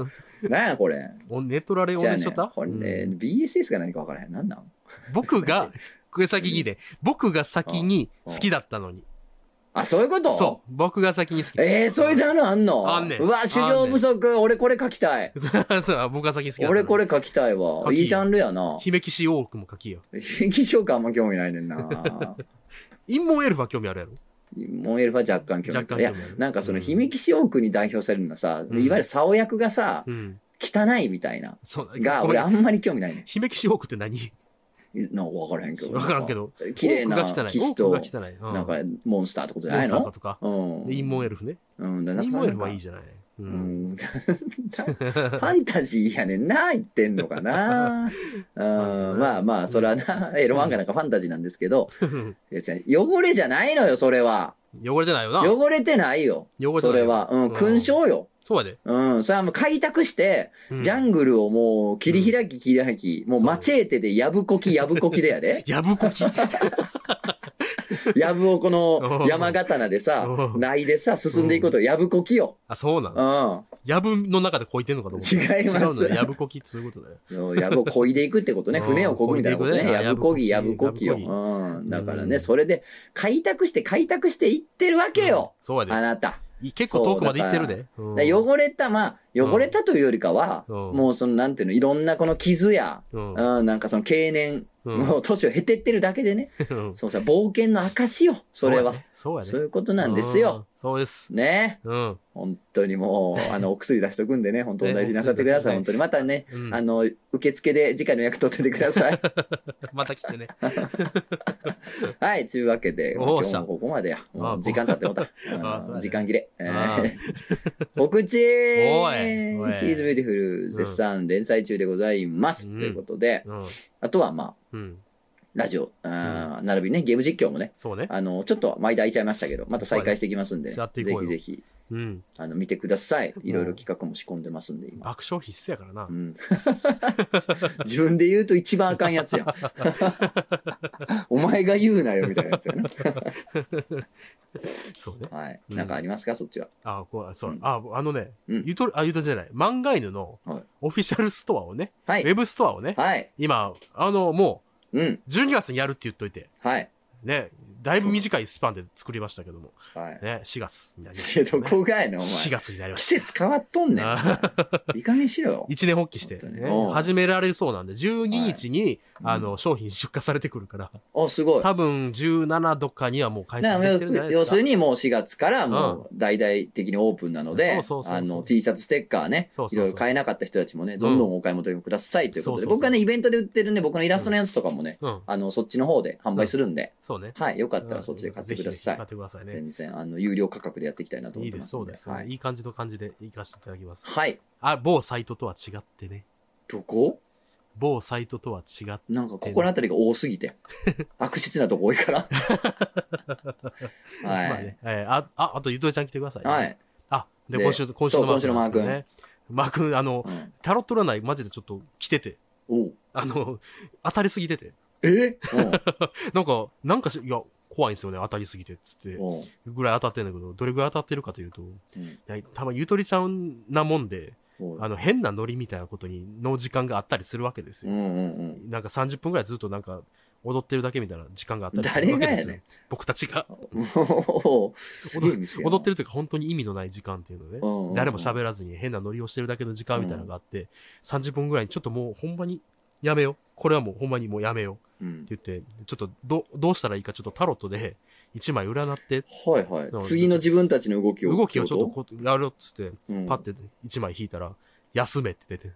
A: なんやこれ。
B: [laughs] おネトラレオ
A: じゃあ
B: ネ
A: ね
B: ショタ、
A: これね
B: うん
A: BSS が何か分からへん。なんなん
B: 僕が、これ先聞いて、僕が先に好きだったのに。
A: あ、そういうこと
B: そう。僕が先に好き。
A: えー、そういうジャンルあんの
B: あんねん
A: うわ、修行不足。俺これ書きたい。
B: そうそう、僕が先に好きだったのに。
A: 俺これ書きたい
B: 書
A: わ。
B: き
A: いいジャンルやな。 [laughs]
B: 姫騎士多くも書きよ。
A: 演技賞感あんま興味ないねんな。
B: 陰謀エルフは興味あるやろ
A: モンエルフは若干興味
B: 若干興
A: い
B: 味あ
A: や
B: る。
A: なんかその姫騎士王国に代表されるのはさ、
B: うん
A: いわゆる竿役がさ
B: うん。
A: 汚いみたいな。
B: そう、
A: が、
B: ご
A: 俺
B: めん
A: あんまり興味ないね。
B: 姫騎士ウォークって何
A: なんか分からへんけど。
B: わからんけど。
A: 綺麗な
B: ウォークが汚い。
A: 騎士
B: ウ
A: と
B: ォークが汚い。う
A: なんか、モンスターってことじゃ
B: モン
A: ない
B: スターか
A: の
B: とか。
A: うん。
B: でインモンエルフね。
A: うん、だ
B: イ
A: から
B: ンモンエルフはいい
A: じ
B: じゃない。う
A: ゃ
B: ん。 [laughs]
A: ファンタジーやねんな、言ってんのか
B: [laughs]
A: な。うん、まあまあ、それはな、エロ漫画なんかファンタジーなんですけど、いや違う汚れじゃないのよ、それは。
B: [laughs] 汚れてないよな。汚
A: 汚れてないよ。
B: れて
A: そ
B: ない
A: れ
B: よ。
A: は。う
B: うん
A: ん、勲章よ。
B: そうやで。
A: うん、それはもう開拓して、
B: うん。
A: ジャングルをもう切り開き切り開き、もうマチェーテでやぶこきやぶこきでやで
B: やぶこき。
A: やぶをこ
B: う [laughs]
A: の
B: ん
A: 山刀でさ
B: う、ん
A: ないでさ、進んでいくこと、やぶこきよ。
B: あ、そうな
A: う
B: の。
A: ん。
B: やぶの中でこいてんのかと思った
A: 違います
B: 違うのね。やぶこきっつうことだよ。
A: やぶをこいでいくってことね。
B: うん
A: 船をこぐみたいなこと
B: 漕いで
A: ね。
B: いくね
A: やぶこぎ、やぶこきよ。
B: やぶ
A: うん。だから
B: う
A: ね、
B: ん
A: それで開拓して開拓していってるわけよ。
B: うんそうやで
A: あ。なた。
B: い結構遠くまで行ってるで。うん
A: だから汚れた、まあ、汚れたというよりかは、
B: うん
A: もうその、なんていうの、いろんなこの傷や、
B: うん
A: うん、なんかその経年、
B: うん
A: もう年を経てってるだけでね、
B: うん
A: そうさ、冒険の証よ、それは。
B: そうやね。
A: そう
B: う
A: いうことなんですよ。。
B: そうです。
A: ね
B: うん。
A: 本当にもう、あの、お薬出しとくん
B: [laughs]
A: でね、本当お大事になさってください。
B: ねお
A: 本当に。またね、
B: うん
A: あの、受付で次回の役取っててくだ
B: [laughs]
A: さい。
B: また来てね。
A: はい、というわけで、今
B: おー
A: 日もここまでや。
B: あ
A: もう時間経ってもうた。
B: [laughs] あー
A: うん
B: そうやね
A: 時間切れ。え
B: あ
A: ー [laughs] 告知シ
B: おいおい
A: ーズビューティフル絶賛連載中でございます。
B: うん
A: ということで、
B: うん。
A: あとはまあ、
B: うん。
A: ラジオ、あー並びにね、ゲーム実況もね、
B: そうね。
A: あの、ちょっと間空いちゃいましたけど、また再開していきますんで、
B: そうや
A: ぜ
B: ねやっていこう
A: ひ
B: よ
A: ぜひ、
B: うん。
A: あの、見てください。いろいろ企画も仕込んでますんで、今。
B: 爆笑必須やからな
A: う。ん、 [laughs] 自分で言うと一番あかんやつやん。
B: [laughs]
A: お前が言うなよ、みたいなやつやな。
B: そうね。
A: はい。
B: うん
A: なんかありますか、そっちは。。
B: あ、こう、そううんあ、あのね、
A: うん
B: ゆとり、あ、ゆとりじゃない。漫画犬の
A: はい
B: オフィシャルストアをね、
A: は
B: ウ
A: い。
B: ェブストアをね、
A: はい。
B: 今、あの、も
A: うん。
B: う、12月にやるって言っといて、
A: はい。
B: ね、だいぶ短いスパンで作りましたけども、
A: はい。
B: ね、4月になりま
A: いや
B: した
A: ど
B: ね、
A: こがやねん、お前。
B: 4
A: 季
B: 月になりまし
A: 節変わっとんねん
B: あ。
A: いい加減しろよ
B: た。。一年発起して、
A: 本当に
B: ね
A: うん
B: 始められるそうなんで、12日に、
A: はい
B: あの、商品出荷されてくるから、
A: あ、すごい。
B: 多分17度かにはもう開
A: な
B: 催されてるんじゃないですか。
A: 要するにもう4月からもう大々的にオープンなので、
B: そうそうそうそう
A: あの T シャツステッカーね、
B: そう
A: い
B: そうそう
A: ろいろ買えなかった人たちもね、どんどんお買い求めくださいということで、
B: そうそうそう
A: 僕はね、イベントで売ってるね、僕のイラストのやつとかもね、
B: うん、
A: あの、そっちの方で販売するんで、
B: そうね。
A: はい、よかったらそっちで買ってくださ
B: うんぜひぜひ買っ
A: い。
B: てくださいね。
A: 全然、あの、有料価格でやっていきたいなと
B: い
A: 思って
B: いで、
A: ますす
B: そ
A: ん
B: う
A: で。
B: です、。
A: はいい。
B: い感じの感じで行かせていただきます。
A: はい。
B: あ、某サイトとは違ってね。
A: どこ
B: 某サイトとは違って。
A: なんか、ここのあたりが多すぎ
B: [laughs]
A: て。悪質なとこ多いから。は
B: まあ
A: い。
B: ね。えーあ、あ、あとゆとりちゃん来てください、ね。
A: はい。
B: あ、で、
A: で
B: 今週、今週
A: そう
B: のマー君なんですけど
A: 今
B: ね。マー君、あの、
A: うん
B: タロット占い、マジでちょっと来てて。
A: おう
B: あの、当たりすぎてて。
A: え
B: なんか、なんかし、いや、怖いんですよね、当たりすぎて、っつって
A: うん。。
B: [laughs]
A: おう
B: ぐらい当たってんだけど、どれぐらい当たってるかというと、い
A: うん
B: やたまゆとりちゃんなもんで、
A: おう
B: あの、変なノリみたいなことに、の時間があったりするわけです
A: う
B: よ。
A: んうん
B: なんか30分ぐらいずっとなんか、踊ってるだけみたいな時間があったりす
A: 誰
B: るわ
A: が
B: け
A: や
B: で
A: ね
B: す
A: ん
B: よ。僕たちが。
A: うん。 [laughs] もう、すげえ店やな
B: 踊ってるというか、本当に意味のない時間っていうのね。
A: うんうんうん
B: 誰も喋らずに変なノリをしてるだけの時間みたいなのがあって、30分ぐらいにちょっともうほんまにやめよう。これはもうほんまにもうやめよう
A: うん。
B: って言って、ちょっとどどうしたらいいかちょっとタロットで1枚占って、
A: はいはい。次の自分たちの動きを。
B: 動きをちょっと
A: こ
B: こうやろうっつって、
A: ううん
B: パッて1枚引いたら、休めって出 [laughs] て。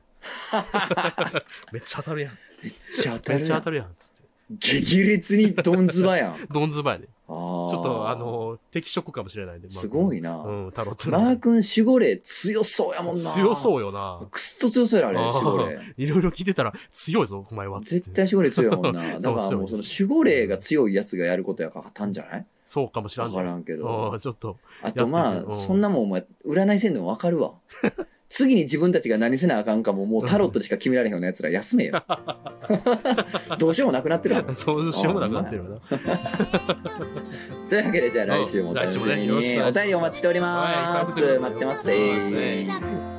B: めっちゃ当たるやん。
A: めっちゃ当た
B: めっ
A: る
B: ちゃ
A: や
B: 当
A: ん
B: た。るやん。つって。
A: 激烈にどんずばやん。あー
B: どんずば [laughs] やで。ちょっとあ、の、適色かもしれないんで。
A: すごい
B: な
A: な。
B: うん、タロット
A: マー君守護霊強そうやもんな。
B: 強
A: う。
B: そうよな。
A: くっそ強そうやろ、あれ、守護霊。
B: いろいろ聞いてたら、強いぞ、お前は。つっ
A: 絶
B: て
A: 対守護霊強い
B: [laughs]
A: もんな。だ
B: そう
A: からもうそ
B: 強い
A: の
B: です
A: 守護霊が強いやつがやることやから勝たんじゃない
B: そうかもしら
A: わ
B: ん
A: か
B: ね。
A: らんけ
B: う
A: ど
B: ん。ちょっと。
A: あとま
B: やって
A: あ、
B: みるうん
A: そんなもんお前、占いせんでもわか
B: [laughs]
A: るわ。次に自分たちが何せなあかんかも、もうタロットでしか決められへんような奴ら休め
B: [laughs]
A: よ。どうしようもなくなってるわ。
B: そうしようもなくなってるわな。
A: というわけで、じゃあ来週もお楽しみ
B: うん来週もね
A: に。
B: よろしくお願
A: お
B: いします
A: 便りお待ちしております。
B: はい
A: 待ってます。
B: 待ってます